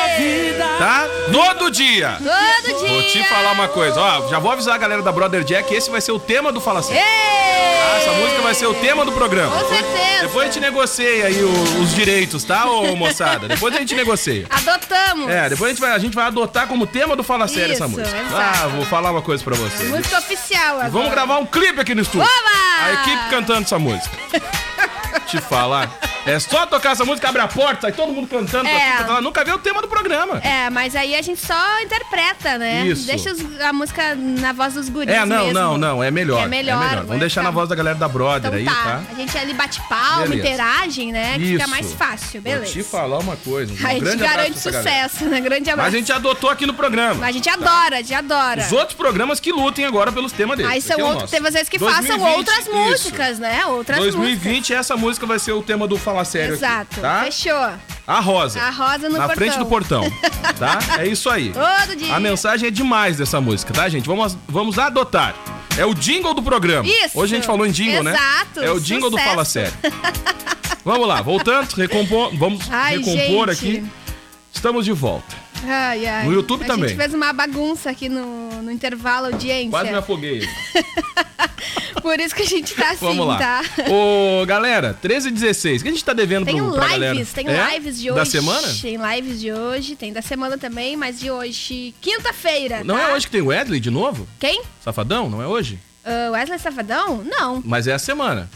[SPEAKER 2] Tá? Todo dia.
[SPEAKER 3] Todo dia.
[SPEAKER 2] Vou te falar uma coisa, ó. Já vou avisar a galera da Brother Jack. Esse vai ser o tema do Fala Sério. Ah, essa música vai ser o tema do programa.
[SPEAKER 3] Com
[SPEAKER 2] Depois-
[SPEAKER 3] certeza.
[SPEAKER 2] Depois a gente negocia aí o- os direitos, tá, ô moçada? Depois a gente negocia.
[SPEAKER 3] Adotamos.
[SPEAKER 2] É, depois a gente vai, a gente vai adotar como tema do Fala Sério essa
[SPEAKER 3] Isso,
[SPEAKER 2] música.
[SPEAKER 3] exato.
[SPEAKER 2] Ah, vou falar uma coisa pra vocês.
[SPEAKER 3] Música oficial agora.
[SPEAKER 2] Vamos gravar um clipe aqui no estúdio.
[SPEAKER 3] Oba!
[SPEAKER 2] A equipe cantando essa música. Te falar. É só tocar essa música, abre a porta, sai todo mundo cantando.
[SPEAKER 3] É.
[SPEAKER 2] pra- pra- pra- Nunca vê o tema do programa.
[SPEAKER 3] É, mas aí a gente só interpreta, né?
[SPEAKER 2] Isso.
[SPEAKER 3] Deixa os- a música na voz dos guris
[SPEAKER 2] É, não,
[SPEAKER 3] mesmo.
[SPEAKER 2] não, não. É melhor.
[SPEAKER 3] É melhor. vai
[SPEAKER 2] Vamos deixar
[SPEAKER 3] ficar-
[SPEAKER 2] na voz da galera da Brother
[SPEAKER 3] Então
[SPEAKER 2] aí,
[SPEAKER 3] tá.
[SPEAKER 2] tá?
[SPEAKER 3] A gente ali bate palma,
[SPEAKER 2] Beleza.
[SPEAKER 3] interagem, né? Que fica
[SPEAKER 2] Isso.
[SPEAKER 3] mais fácil,
[SPEAKER 2] Vou
[SPEAKER 3] beleza.
[SPEAKER 2] te falar uma coisa. Um
[SPEAKER 3] Aí (laughs) a gente
[SPEAKER 2] grande abraço pra
[SPEAKER 3] garante
[SPEAKER 2] essa galera.
[SPEAKER 3] sucesso, né? Grande abraço.
[SPEAKER 2] Mas a gente adotou aqui no programa.
[SPEAKER 3] Mas a gente adora, a gente adora.
[SPEAKER 2] Os outros programas que lutem agora pelos temas deles.
[SPEAKER 3] Aí são
[SPEAKER 2] Aqui é o
[SPEAKER 3] outros,
[SPEAKER 2] nosso.
[SPEAKER 3] tem vocês que
[SPEAKER 2] 2020,
[SPEAKER 3] façam outras
[SPEAKER 2] isso.
[SPEAKER 3] músicas, né? Outras
[SPEAKER 2] 2020,
[SPEAKER 3] músicas.
[SPEAKER 2] essa música vai ser o tema do Fala Sério aqui,
[SPEAKER 3] Exato.
[SPEAKER 2] tá?
[SPEAKER 3] Fechou.
[SPEAKER 2] A Rosa.
[SPEAKER 3] A Rosa no
[SPEAKER 2] Na
[SPEAKER 3] portão.
[SPEAKER 2] frente do portão, tá?
[SPEAKER 3] (laughs)
[SPEAKER 2] É isso aí.
[SPEAKER 3] Todo dia.
[SPEAKER 2] A mensagem é demais dessa música, tá, gente? Vamos, vamos adotar. É o jingle do programa.
[SPEAKER 3] Isso.
[SPEAKER 2] Hoje a gente falou em jingle, né?
[SPEAKER 3] Exato.
[SPEAKER 2] É o jingle do
[SPEAKER 3] Sucesso.
[SPEAKER 2] Fala Sério. vamos lá, voltando, recompor, vamos
[SPEAKER 3] Ai,
[SPEAKER 2] recompor
[SPEAKER 3] gente.
[SPEAKER 2] aqui. Estamos de volta.
[SPEAKER 3] Ai, ai.
[SPEAKER 2] No YouTube
[SPEAKER 3] a A
[SPEAKER 2] também.
[SPEAKER 3] gente fez uma bagunça aqui no, no intervalo audiência.
[SPEAKER 2] Quase me afoguei.
[SPEAKER 3] (laughs) Por isso que a gente tá assim,
[SPEAKER 2] Vamos lá.
[SPEAKER 3] tá?
[SPEAKER 2] Ô, galera, 13 e 16. O que a gente tá devendo
[SPEAKER 3] Tem
[SPEAKER 2] pro, pra galera?
[SPEAKER 3] lives, tem
[SPEAKER 2] É?
[SPEAKER 3] lives de hoje.
[SPEAKER 2] Da semana?
[SPEAKER 3] Tem lives de hoje, tem da semana também, mas de hoje, quinta-feira.
[SPEAKER 2] Não
[SPEAKER 3] tá?
[SPEAKER 2] é hoje que tem o Wesley de novo?
[SPEAKER 3] Quem?
[SPEAKER 2] Safadão? Não é hoje?
[SPEAKER 3] Ah, Wesley Safadão? Não.
[SPEAKER 2] Mas é a semana.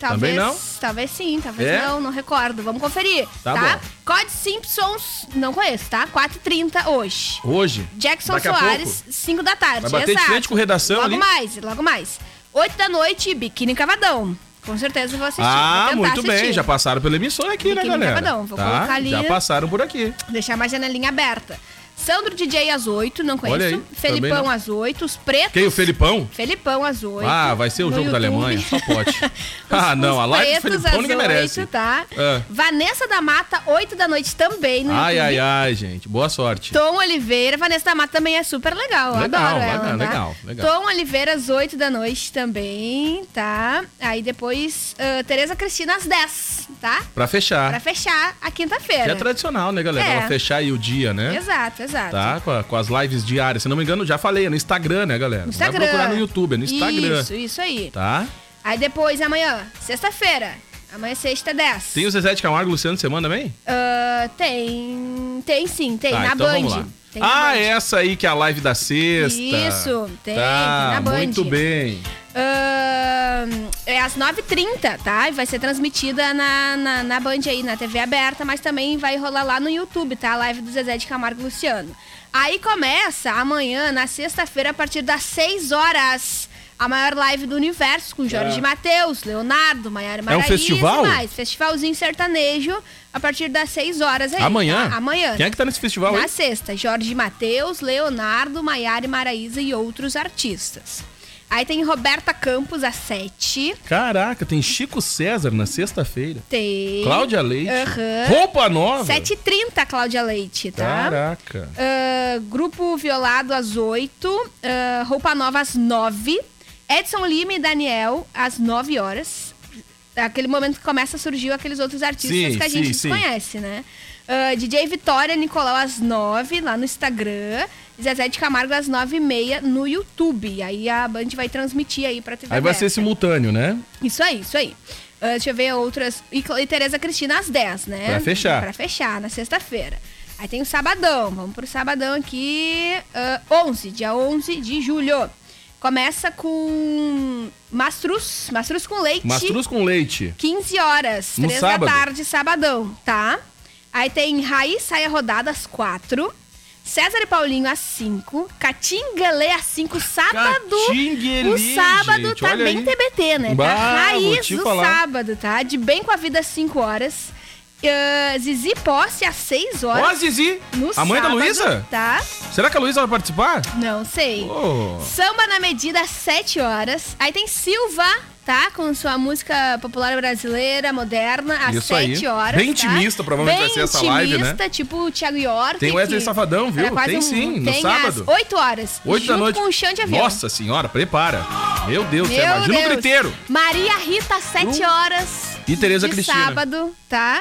[SPEAKER 3] Talvez.
[SPEAKER 2] Também não?
[SPEAKER 3] Talvez sim, talvez
[SPEAKER 2] É?
[SPEAKER 3] não, não recordo. Vamos conferir.
[SPEAKER 2] Tá
[SPEAKER 3] Tá?
[SPEAKER 2] bom.
[SPEAKER 3] Code Simpsons, não conheço, tá? 4h30 hoje.
[SPEAKER 2] Hoje.
[SPEAKER 3] Jackson
[SPEAKER 2] Daqui a
[SPEAKER 3] Soares,
[SPEAKER 2] pouco.
[SPEAKER 3] 5 da tarde.
[SPEAKER 2] Vai bater de
[SPEAKER 3] exato.
[SPEAKER 2] frente com redação
[SPEAKER 3] logo
[SPEAKER 2] ali.
[SPEAKER 3] mais, logo mais. 8 da noite, biquíni cavadão. Com certeza eu vou assistir.
[SPEAKER 2] Ah,
[SPEAKER 3] vou tentar
[SPEAKER 2] muito bem.
[SPEAKER 3] assistir.
[SPEAKER 2] Já passaram pela emissora aqui, né,
[SPEAKER 3] Biquíni
[SPEAKER 2] galera?
[SPEAKER 3] Cavadão, vou
[SPEAKER 2] Tá?
[SPEAKER 3] colocar ali.
[SPEAKER 2] Já passaram por aqui.
[SPEAKER 3] Deixar uma janelinha aberta. Sandro DJ às 8, não conheço.
[SPEAKER 2] Olha aí, também
[SPEAKER 3] Felipão
[SPEAKER 2] não.
[SPEAKER 3] às 8, os pretos.
[SPEAKER 2] Quem? O Felipão?
[SPEAKER 3] Felipão às 8.
[SPEAKER 2] Ah, vai ser o
[SPEAKER 3] no
[SPEAKER 2] jogo da
[SPEAKER 3] YouTube.
[SPEAKER 2] Alemanha?
[SPEAKER 3] (laughs)
[SPEAKER 2] Só pode. (laughs) ah,
[SPEAKER 3] Os-
[SPEAKER 2] não.
[SPEAKER 3] os
[SPEAKER 2] A live do
[SPEAKER 3] pretos
[SPEAKER 2] Felipão
[SPEAKER 3] às
[SPEAKER 2] ninguém merece.
[SPEAKER 3] oito, tá?
[SPEAKER 2] É.
[SPEAKER 3] Vanessa da Mata, 8 da noite também no
[SPEAKER 2] Ai, ai,
[SPEAKER 3] YouTube.
[SPEAKER 2] ai, gente. Boa sorte.
[SPEAKER 3] Tom Oliveira, Vanessa da Mata também é super legal, eu
[SPEAKER 2] Legal,
[SPEAKER 3] adoro
[SPEAKER 2] bacana,
[SPEAKER 3] ela, tá?
[SPEAKER 2] legal, legal.
[SPEAKER 3] Tom Oliveira às 8 da noite também, tá? Aí depois ah, Tereza Cristina às 10, tá?
[SPEAKER 2] Pra fechar.
[SPEAKER 3] Pra fechar a
[SPEAKER 2] Que
[SPEAKER 3] quinta-feira.
[SPEAKER 2] é tradicional, né, galera?
[SPEAKER 3] É.
[SPEAKER 2] Ela fechar aí o dia, né?
[SPEAKER 3] Exato, exato.
[SPEAKER 2] Tá? Com, a- com as lives diárias. Se não me engano, já falei, é no Instagram, né, galera?
[SPEAKER 3] No
[SPEAKER 2] Não
[SPEAKER 3] Instagram.
[SPEAKER 2] Vai procurar no YouTube, é no Instagram.
[SPEAKER 3] Isso, isso aí.
[SPEAKER 2] Tá?
[SPEAKER 3] Aí depois, amanhã, sexta-feira. Amanhã é sexta, 10.
[SPEAKER 2] Tem o Zezé de Camargo e Luciano Semana também?
[SPEAKER 3] Ah, tem. Tem sim, tem.
[SPEAKER 2] Tá,
[SPEAKER 3] na
[SPEAKER 2] então
[SPEAKER 3] Band.
[SPEAKER 2] vamos lá.
[SPEAKER 3] Tem na
[SPEAKER 2] ah,
[SPEAKER 3] Band.
[SPEAKER 2] essa aí que é a live da sexta.
[SPEAKER 3] Isso, tem,
[SPEAKER 2] Tá,
[SPEAKER 3] tem na Band.
[SPEAKER 2] muito bem.
[SPEAKER 3] Ahn, é às 9h30, tá? E vai ser transmitida na, na, na Band aí, na TV aberta, mas também vai rolar lá no YouTube, tá? A live do Zezé de Camargo e Luciano. Aí começa amanhã, na sexta-feira, a partir das 6 horas. A maior live do universo, com Jorge Matheus, Leonardo, Maiara Maraíza
[SPEAKER 2] É. um festival?
[SPEAKER 3] e mais. Festivalzinho sertanejo, a partir das 6 horas aí.
[SPEAKER 2] Amanhã?
[SPEAKER 3] tá? Amanhã.
[SPEAKER 2] Quem é que tá nesse festival
[SPEAKER 3] Na
[SPEAKER 2] aí?
[SPEAKER 3] sexta, Jorge Matheus, Leonardo, Maiara e Maraíza e outros artistas. Aí tem Roberta Campos, às sete.
[SPEAKER 2] Caraca, tem Chico César na sexta-feira.
[SPEAKER 3] Tem...
[SPEAKER 2] Cláudia Leite.
[SPEAKER 3] Aham.
[SPEAKER 2] Roupa nova.
[SPEAKER 3] 7h30, Cláudia Leite, tá?
[SPEAKER 2] Caraca.
[SPEAKER 3] Ah, grupo Violado, às oito. Ah, Roupa Nova, às nove. Edson Lima e Daniel, às nove horas. Aquele momento que começa a surgir aqueles outros artistas
[SPEAKER 2] Sim,
[SPEAKER 3] que a
[SPEAKER 2] sim,
[SPEAKER 3] gente
[SPEAKER 2] sim.
[SPEAKER 3] conhece, né? Ah, DJ Vitória Nicolau às 9, lá no Instagram. Zezé de Camargo às 9h30 no YouTube. Aí a Band vai transmitir aí pra TV.
[SPEAKER 2] Aí vai
[SPEAKER 3] aberta.
[SPEAKER 2] ser simultâneo, né?
[SPEAKER 3] Isso aí, isso aí. Ah, deixa eu ver outras. E, Cla- e Tereza Cristina às 10, né?
[SPEAKER 2] Pra fechar.
[SPEAKER 3] Pra fechar, na sexta-feira. Aí tem o sabadão. Vamos pro sabadão aqui. ah, 11, dia 11 de julho. Começa com Mastruz, Mastruz com leite.
[SPEAKER 2] Mastruz com leite.
[SPEAKER 3] 15 horas,
[SPEAKER 2] No
[SPEAKER 3] 3
[SPEAKER 2] sábado.
[SPEAKER 3] da tarde, sabadão, tá? Aí tem Raiz Saia Rodada às 4. César e Paulinho às 5. Catinguelê às 5, sábado.
[SPEAKER 2] Catinguelê,
[SPEAKER 3] o sábado
[SPEAKER 2] é gente,
[SPEAKER 3] tá
[SPEAKER 2] olha
[SPEAKER 3] bem
[SPEAKER 2] aí.
[SPEAKER 3] TBT, né?
[SPEAKER 2] Bah,
[SPEAKER 3] tá
[SPEAKER 2] vou
[SPEAKER 3] Raiz
[SPEAKER 2] te
[SPEAKER 3] o
[SPEAKER 2] falar.
[SPEAKER 3] sábado, tá? De bem com a vida às 5 horas. Ah, Zizi Posse às 6
[SPEAKER 2] Ó, a
[SPEAKER 3] horas.
[SPEAKER 2] Zizi.
[SPEAKER 3] no
[SPEAKER 2] a mãe da
[SPEAKER 3] sábado,
[SPEAKER 2] Luísa?
[SPEAKER 3] Tá?
[SPEAKER 2] Será que a Luísa vai participar?
[SPEAKER 3] Não sei.
[SPEAKER 2] Pô.
[SPEAKER 3] Samba na medida, às 7 horas. Aí tem Silva, tá? Com sua música popular brasileira, moderna, às
[SPEAKER 2] Isso aí.
[SPEAKER 3] 7 horas.
[SPEAKER 2] Bem
[SPEAKER 3] tá?
[SPEAKER 2] intimista, provavelmente
[SPEAKER 3] Bem
[SPEAKER 2] vai ser essa live, né?
[SPEAKER 3] intimista, tipo o Thiago York.
[SPEAKER 2] Tem o Wesley
[SPEAKER 3] que
[SPEAKER 2] Safadão, viu?
[SPEAKER 3] era quase
[SPEAKER 2] Tem
[SPEAKER 3] um-
[SPEAKER 2] sim, no
[SPEAKER 3] tem
[SPEAKER 2] sábado.
[SPEAKER 3] Às 8 horas.
[SPEAKER 2] 8
[SPEAKER 3] junto
[SPEAKER 2] da noite.
[SPEAKER 3] com o chão de avião.
[SPEAKER 2] Nossa senhora, prepara. Meu Deus, do
[SPEAKER 3] Meu
[SPEAKER 2] céu, imagina
[SPEAKER 3] Deus.
[SPEAKER 2] o griteiro.
[SPEAKER 3] Maria Rita, às 7
[SPEAKER 2] Uh.
[SPEAKER 3] horas.
[SPEAKER 2] E Tereza
[SPEAKER 3] de
[SPEAKER 2] Cristina.
[SPEAKER 3] sábado, tá?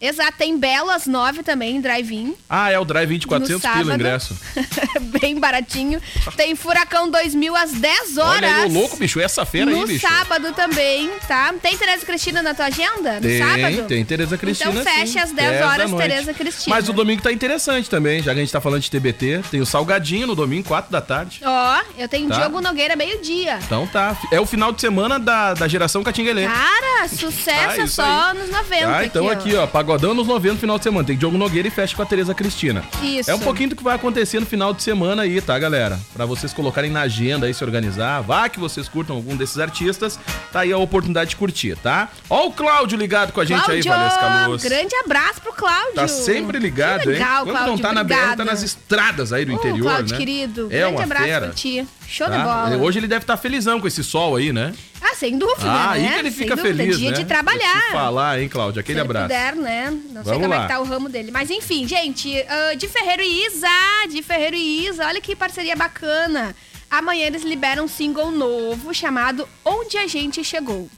[SPEAKER 3] Exato, tem Belo às 9 também, drive-in.
[SPEAKER 2] Ah, é o Drive 20, 400
[SPEAKER 3] no
[SPEAKER 2] pila o
[SPEAKER 3] sábado.
[SPEAKER 2] ingresso.
[SPEAKER 3] (laughs) Bem baratinho. Tem Furacão 2000 às 10 horas.
[SPEAKER 2] Olha aí, ô louco, bicho, essa feira aí,
[SPEAKER 3] No
[SPEAKER 2] bicho.
[SPEAKER 3] sábado também, tá? Tem Tereza Cristina na tua agenda? No
[SPEAKER 2] Tem,
[SPEAKER 3] sábado?
[SPEAKER 2] tem Tereza Cristina.
[SPEAKER 3] Então fecha
[SPEAKER 2] sim.
[SPEAKER 3] às 10 horas,
[SPEAKER 2] da noite.
[SPEAKER 3] Tereza Cristina.
[SPEAKER 2] Mas o domingo tá interessante também, já que a gente tá falando de TBT. Tem o Salgadinho no domingo, 4 da tarde.
[SPEAKER 3] Ó, eu tenho
[SPEAKER 2] Tá.
[SPEAKER 3] Diogo Nogueira meio-dia.
[SPEAKER 2] Então tá. É o final de semana da, da geração Catinguelê.
[SPEAKER 3] Cara, sucesso
[SPEAKER 2] É. Tá,
[SPEAKER 3] é
[SPEAKER 2] isso
[SPEAKER 3] só
[SPEAKER 2] aí.
[SPEAKER 3] nos 90.
[SPEAKER 2] Tá, então aqui, ó. Pagodão nos 90 no final de semana. Tem Diogo Nogueira e fecha com a Tereza Cristina.
[SPEAKER 3] Isso.
[SPEAKER 2] É um pouquinho do que vai acontecer no final de semana aí, tá, galera? Pra vocês colocarem na agenda aí, se organizar. Vá que vocês curtam algum desses artistas. Tá aí a oportunidade de curtir, tá? Ó o Cláudio ligado com a gente aí, Valesca Luz.
[SPEAKER 3] grande abraço pro Cláudio.
[SPEAKER 2] Tá sempre ligado,
[SPEAKER 3] que legal,
[SPEAKER 2] hein? Quando
[SPEAKER 3] Cláudio,
[SPEAKER 2] não tá na BR, tá
[SPEAKER 3] obrigada.
[SPEAKER 2] nas estradas aí do
[SPEAKER 3] Ô,
[SPEAKER 2] interior,
[SPEAKER 3] Cláudio,
[SPEAKER 2] né?
[SPEAKER 3] querido,
[SPEAKER 2] É
[SPEAKER 3] grande
[SPEAKER 2] uma
[SPEAKER 3] abraço
[SPEAKER 2] fera.
[SPEAKER 3] pra ti. Show de
[SPEAKER 2] tá?
[SPEAKER 3] bola.
[SPEAKER 2] Hoje ele deve estar felizão com esse sol aí, né?
[SPEAKER 3] Ah, sem dúvida,
[SPEAKER 2] ah,
[SPEAKER 3] né?
[SPEAKER 2] aí que ele
[SPEAKER 3] Sem
[SPEAKER 2] fica
[SPEAKER 3] dúvida,
[SPEAKER 2] feliz,
[SPEAKER 3] dia
[SPEAKER 2] né?
[SPEAKER 3] de
[SPEAKER 2] Vou te
[SPEAKER 3] trabalhar.
[SPEAKER 2] falar, hein, Cláudio?
[SPEAKER 3] Se
[SPEAKER 2] Aquele
[SPEAKER 3] ele
[SPEAKER 2] abraço.
[SPEAKER 3] puder, né? Não sei
[SPEAKER 2] Vamos
[SPEAKER 3] como
[SPEAKER 2] lá.
[SPEAKER 3] é que tá o ramo dele. Mas enfim, gente, ah, de Ferreiro e Isa, de Ferreiro e Isa, olha que parceria bacana. Amanhã eles liberam um single novo chamado Onde a Gente Chegou.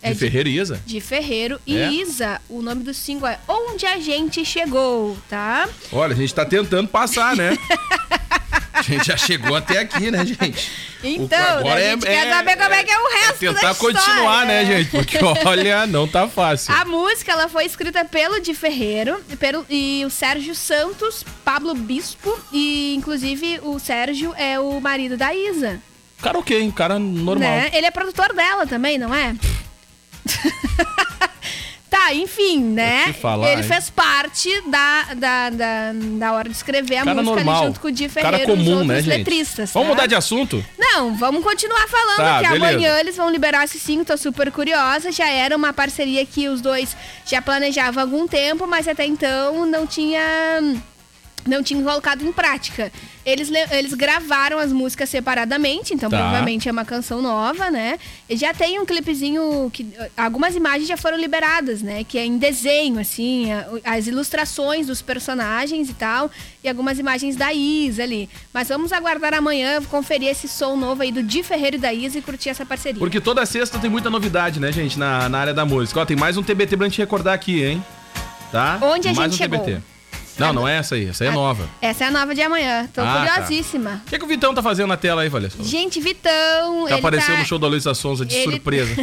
[SPEAKER 3] É
[SPEAKER 2] De
[SPEAKER 3] de,
[SPEAKER 2] Ferreiriza.
[SPEAKER 3] de Ferreiro e
[SPEAKER 2] É?
[SPEAKER 3] Isa. O nome do single é Onde a Gente Chegou, tá?
[SPEAKER 2] Olha, a gente tá tentando passar,
[SPEAKER 3] (laughs)
[SPEAKER 2] né? A gente já chegou até aqui, né, gente?
[SPEAKER 3] Então,
[SPEAKER 2] O-
[SPEAKER 3] né, a gente quer saber como é que é o resto da
[SPEAKER 2] Tentar
[SPEAKER 3] história, Ah.
[SPEAKER 2] continuar, né,
[SPEAKER 3] né?
[SPEAKER 2] gente? Porque, olha, não tá fácil.
[SPEAKER 3] A música ela foi escrita pelo Di Ferreiro e pelo, e o Sérgio Santos, Pablo Bispo e inclusive o Sérgio é o marido da Isa,
[SPEAKER 2] Cara ok, hein? Cara normal.
[SPEAKER 3] né? Ele é produtor dela também, não é? (laughs) tá, Ah, enfim, né?
[SPEAKER 2] te falar,
[SPEAKER 3] ele
[SPEAKER 2] hein?
[SPEAKER 3] fez parte da, da, da, da hora de escrever a
[SPEAKER 2] Cara
[SPEAKER 3] É música
[SPEAKER 2] normal.
[SPEAKER 3] ali junto com o Di Ferreira
[SPEAKER 2] Cara
[SPEAKER 3] e os
[SPEAKER 2] comum,
[SPEAKER 3] outros
[SPEAKER 2] né, gente?
[SPEAKER 3] letristas.
[SPEAKER 2] Vamos
[SPEAKER 3] tá?
[SPEAKER 2] mudar de assunto?
[SPEAKER 3] Não, vamos continuar falando
[SPEAKER 2] Tá,
[SPEAKER 3] que
[SPEAKER 2] beleza.
[SPEAKER 3] amanhã eles vão liberar esse sim, tô super curiosa. Já era uma parceria que os dois já planejavam há algum tempo, mas até então não tinha não tinha colocado em prática. Eles, le- eles gravaram as músicas separadamente, então
[SPEAKER 2] Tá.
[SPEAKER 3] provavelmente é uma canção nova, né? E já tem um clipezinho que algumas imagens já foram liberadas, né? Que é em desenho, assim, a- as ilustrações dos personagens e tal, e algumas imagens da Isa ali. Mas vamos aguardar amanhã, conferir esse som novo aí do Di Ferreira e da Isa e curtir essa parceria.
[SPEAKER 2] Porque toda sexta tem muita novidade, né, gente, na, na área da música. Ó, tem mais um TBT pra gente recordar aqui, hein? Tá?
[SPEAKER 3] Onde a
[SPEAKER 2] mais
[SPEAKER 3] gente chegou?
[SPEAKER 2] Não, não é essa aí. Essa aí é nova.
[SPEAKER 3] Essa é a nova de amanhã. Tô
[SPEAKER 2] Ah, tá.
[SPEAKER 3] curiosíssima.
[SPEAKER 2] O que, é que o Vitão tá fazendo na tela aí, Valesca? Já
[SPEAKER 3] Gente, Vitão, ele
[SPEAKER 2] apareceu
[SPEAKER 3] tá...
[SPEAKER 2] no show da Luísa Sonza de
[SPEAKER 3] ele- (laughs) tá-
[SPEAKER 2] surpresa.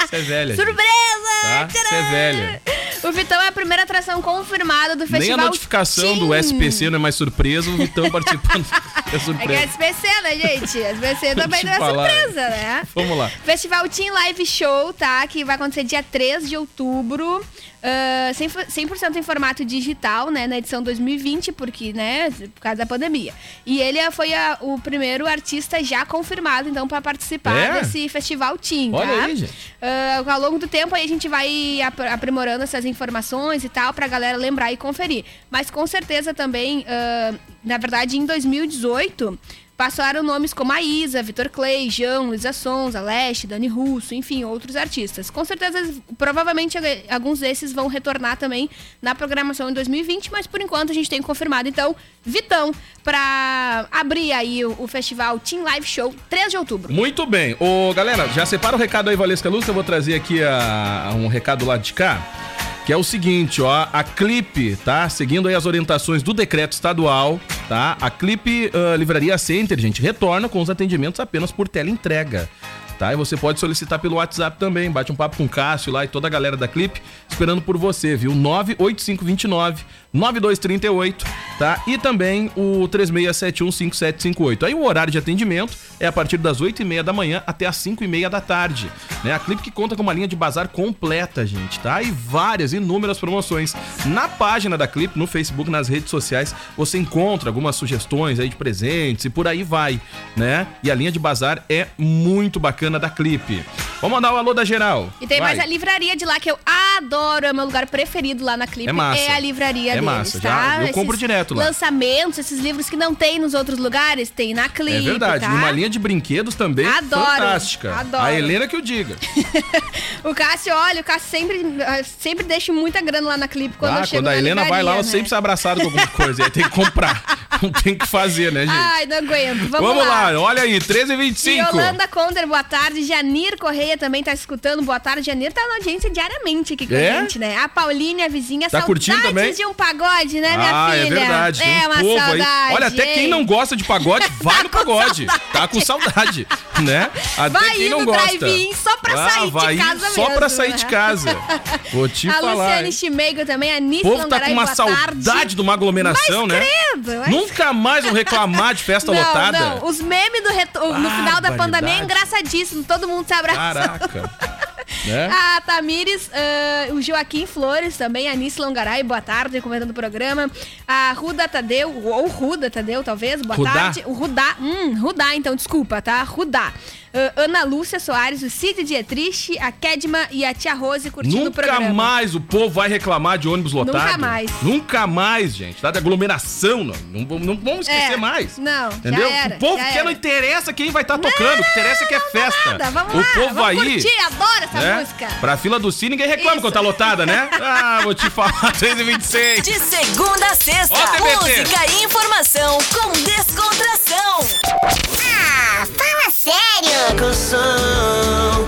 [SPEAKER 2] Você é velha. gente,
[SPEAKER 3] Surpresa!
[SPEAKER 2] Tá? Você é velha.
[SPEAKER 3] O Vitão é a primeira atração confirmada do
[SPEAKER 2] Nem
[SPEAKER 3] festival.
[SPEAKER 2] a notificação
[SPEAKER 3] Tim.
[SPEAKER 2] do SPC não é mais surpresa, o Vitão
[SPEAKER 3] (laughs)
[SPEAKER 2] participando é
[SPEAKER 3] É que é
[SPEAKER 2] surpresa.
[SPEAKER 3] SPC, né, gente?
[SPEAKER 2] (laughs)
[SPEAKER 3] SPC também
[SPEAKER 2] te
[SPEAKER 3] não é
[SPEAKER 2] falar.
[SPEAKER 3] surpresa, né?
[SPEAKER 2] Vamos lá.
[SPEAKER 3] Festival Team Live Show, tá? Que vai acontecer dia 3 de outubro. ah, 100%, 100% em formato digital, né? Na edição 2020, porque, né? Por causa da pandemia. E ele ah, foi a- o primeiro artista já confirmado, então, pra participar
[SPEAKER 2] É?
[SPEAKER 3] desse Festival Team, tá?
[SPEAKER 2] Olha aí, gente.
[SPEAKER 3] Ah, ao longo do tempo aí a gente vai ap- aprimorando essas informações e tal pra galera lembrar e conferir. Mas com certeza também, ah, na verdade, em 2018 passaram nomes como a Isa, Vitor Clay, Jão, Luísa Sons, Leste, Dani Russo, enfim, outros artistas. Com certeza, provavelmente ag- alguns desses vão retornar também na programação em 2020, mas por enquanto a gente tem confirmado então Vitão pra abrir aí o, o festival Team Live Show 3 de outubro.
[SPEAKER 2] Muito bem. Ô, galera, já separa o recado aí, Valesca Luz, que eu vou trazer aqui a- um recado lá de cá. Que é o seguinte, ó, a Clipe, tá? Seguindo aí as orientações do decreto estadual, tá? A Clipe ah, Livraria Center, gente, retorna com os atendimentos apenas por teleentrega, tá? E você pode solicitar pelo WhatsApp também, bate um papo com o Cássio lá e toda a galera da Clipe esperando por você, viu? 98529 9238, tá? E também o 36715758. Aí o horário de atendimento é a partir das 8h30 da manhã até as 5h30 da tarde. Né? A Clipe que conta com uma linha de bazar completa, gente, tá? E várias, inúmeras promoções. Na página da Clipe, no Facebook, nas redes sociais, você encontra algumas sugestões aí de presentes e por aí vai, né? E a linha de bazar é muito bacana da Clipe. Vamos mandar o alô da geral.
[SPEAKER 3] E tem
[SPEAKER 2] Vai.
[SPEAKER 3] mais a livraria de lá que eu adoro, é meu lugar preferido lá na Clipe.
[SPEAKER 2] É massa.
[SPEAKER 3] a livraria
[SPEAKER 2] É
[SPEAKER 3] deles,
[SPEAKER 2] massa,
[SPEAKER 3] tá?
[SPEAKER 2] já- eu compro direto lá.
[SPEAKER 3] Lançamentos, esses livros que não tem nos outros lugares, tem na Clipe.
[SPEAKER 2] É verdade,
[SPEAKER 3] tá?
[SPEAKER 2] numa linha de brinquedos também
[SPEAKER 3] Adoro,
[SPEAKER 2] fantástica.
[SPEAKER 3] adoro.
[SPEAKER 2] A Helena que eu diga.
[SPEAKER 3] O Cássio, olha, o Cássio sempre, eh, sempre deixa muita grana lá na Clipe (laughs) quando
[SPEAKER 2] ah,
[SPEAKER 3] eu chego
[SPEAKER 2] quando a
[SPEAKER 3] na
[SPEAKER 2] Helena vai lá,
[SPEAKER 3] livraria,
[SPEAKER 2] ela
[SPEAKER 3] né?
[SPEAKER 2] sempre se abraçada com
[SPEAKER 3] (laughs)
[SPEAKER 2] alguma coisa. Aí tem que comprar. Não tem o que fazer, né, gente?
[SPEAKER 3] Ai, não aguento. Vamos,
[SPEAKER 2] Vamos, lá. olha aí, 13h25.
[SPEAKER 3] Yolanda Conder, boa tarde. Janir Correia também tá escutando. Boa tarde. Janir tá na audiência diariamente aqui com
[SPEAKER 2] É?
[SPEAKER 3] a gente, né? A Pauline, a vizinha,
[SPEAKER 2] Tá
[SPEAKER 3] saudades
[SPEAKER 2] curtindo também?
[SPEAKER 3] de um pagode, né, minha
[SPEAKER 2] ah,
[SPEAKER 3] filha?
[SPEAKER 2] é verdade. Tem
[SPEAKER 3] É
[SPEAKER 2] um
[SPEAKER 3] uma
[SPEAKER 2] povo aí.
[SPEAKER 3] saudade.
[SPEAKER 2] Olha, até quem
[SPEAKER 3] hein?
[SPEAKER 2] não gosta de
[SPEAKER 3] (laughs)
[SPEAKER 2] pagode, vai no pagode. Tá com saudade, né? Até
[SPEAKER 3] Vai
[SPEAKER 2] quem
[SPEAKER 3] ir
[SPEAKER 2] não
[SPEAKER 3] no
[SPEAKER 2] gosta. Ah,
[SPEAKER 3] drive-in só pra sair de
[SPEAKER 2] vai ir
[SPEAKER 3] casa
[SPEAKER 2] Só pra
[SPEAKER 3] mesmo,
[SPEAKER 2] sair
[SPEAKER 3] né?
[SPEAKER 2] de casa. Vou te
[SPEAKER 3] (laughs) a
[SPEAKER 2] falar.
[SPEAKER 3] Luciane
[SPEAKER 2] hein?
[SPEAKER 3] Chimeigo também, a
[SPEAKER 2] O
[SPEAKER 3] Nice
[SPEAKER 2] povo tá
[SPEAKER 3] Longaray,
[SPEAKER 2] com uma
[SPEAKER 3] boa
[SPEAKER 2] saudade
[SPEAKER 3] tarde.
[SPEAKER 2] de uma aglomeração, né?
[SPEAKER 3] Credo, mas-
[SPEAKER 2] Nunca mais vão reclamar de festa
[SPEAKER 3] (laughs) não,
[SPEAKER 2] lotada.
[SPEAKER 3] não. Os memes do reto- no final da
[SPEAKER 2] Barbaridade.
[SPEAKER 3] pandemia é engraçadíssimo, todo mundo se abraçando.
[SPEAKER 2] Caraca. né?
[SPEAKER 3] (laughs) A Tamires, ah, o Joaquim Flores também, a Nice Longaray, boa tarde, comentando o programa. A Ruda Tadeu, ou Ruda Tadeu, talvez, boa
[SPEAKER 2] Rudá?
[SPEAKER 3] tarde. O Rudá, hum, Rudá, então, desculpa, tá? Rudá. Ah, Ana Lúcia Soares, o Cid Dietrich, a Kedma e a Tia Rose curtindo o
[SPEAKER 2] Nunca
[SPEAKER 3] programa.
[SPEAKER 2] mais o povo vai reclamar de ônibus lotado.
[SPEAKER 3] Nunca mais.
[SPEAKER 2] Nunca mais, gente. Tá de aglomeração, não, não, vamos- não vamos esquecer
[SPEAKER 3] É,
[SPEAKER 2] mais.
[SPEAKER 3] não, já
[SPEAKER 2] Entendeu?
[SPEAKER 3] era,
[SPEAKER 2] o povo
[SPEAKER 3] já
[SPEAKER 2] quer não
[SPEAKER 3] era.
[SPEAKER 2] interessa quem vai estar tocando. O que interessa é que é festa.
[SPEAKER 3] Nada, vamos
[SPEAKER 2] o
[SPEAKER 3] lá,
[SPEAKER 2] povo
[SPEAKER 3] vamos
[SPEAKER 2] aí.
[SPEAKER 3] curtir, adoro essa
[SPEAKER 2] né?
[SPEAKER 3] música.
[SPEAKER 2] Pra fila do Cine, ninguém reclama
[SPEAKER 3] Isso.
[SPEAKER 2] quando tá lotada,
[SPEAKER 3] (laughs)
[SPEAKER 2] né? Ah, vou te falar, (laughs) 3h26.
[SPEAKER 4] De segunda a sexta,
[SPEAKER 2] Ó, TBT.
[SPEAKER 4] música e informação com descontração.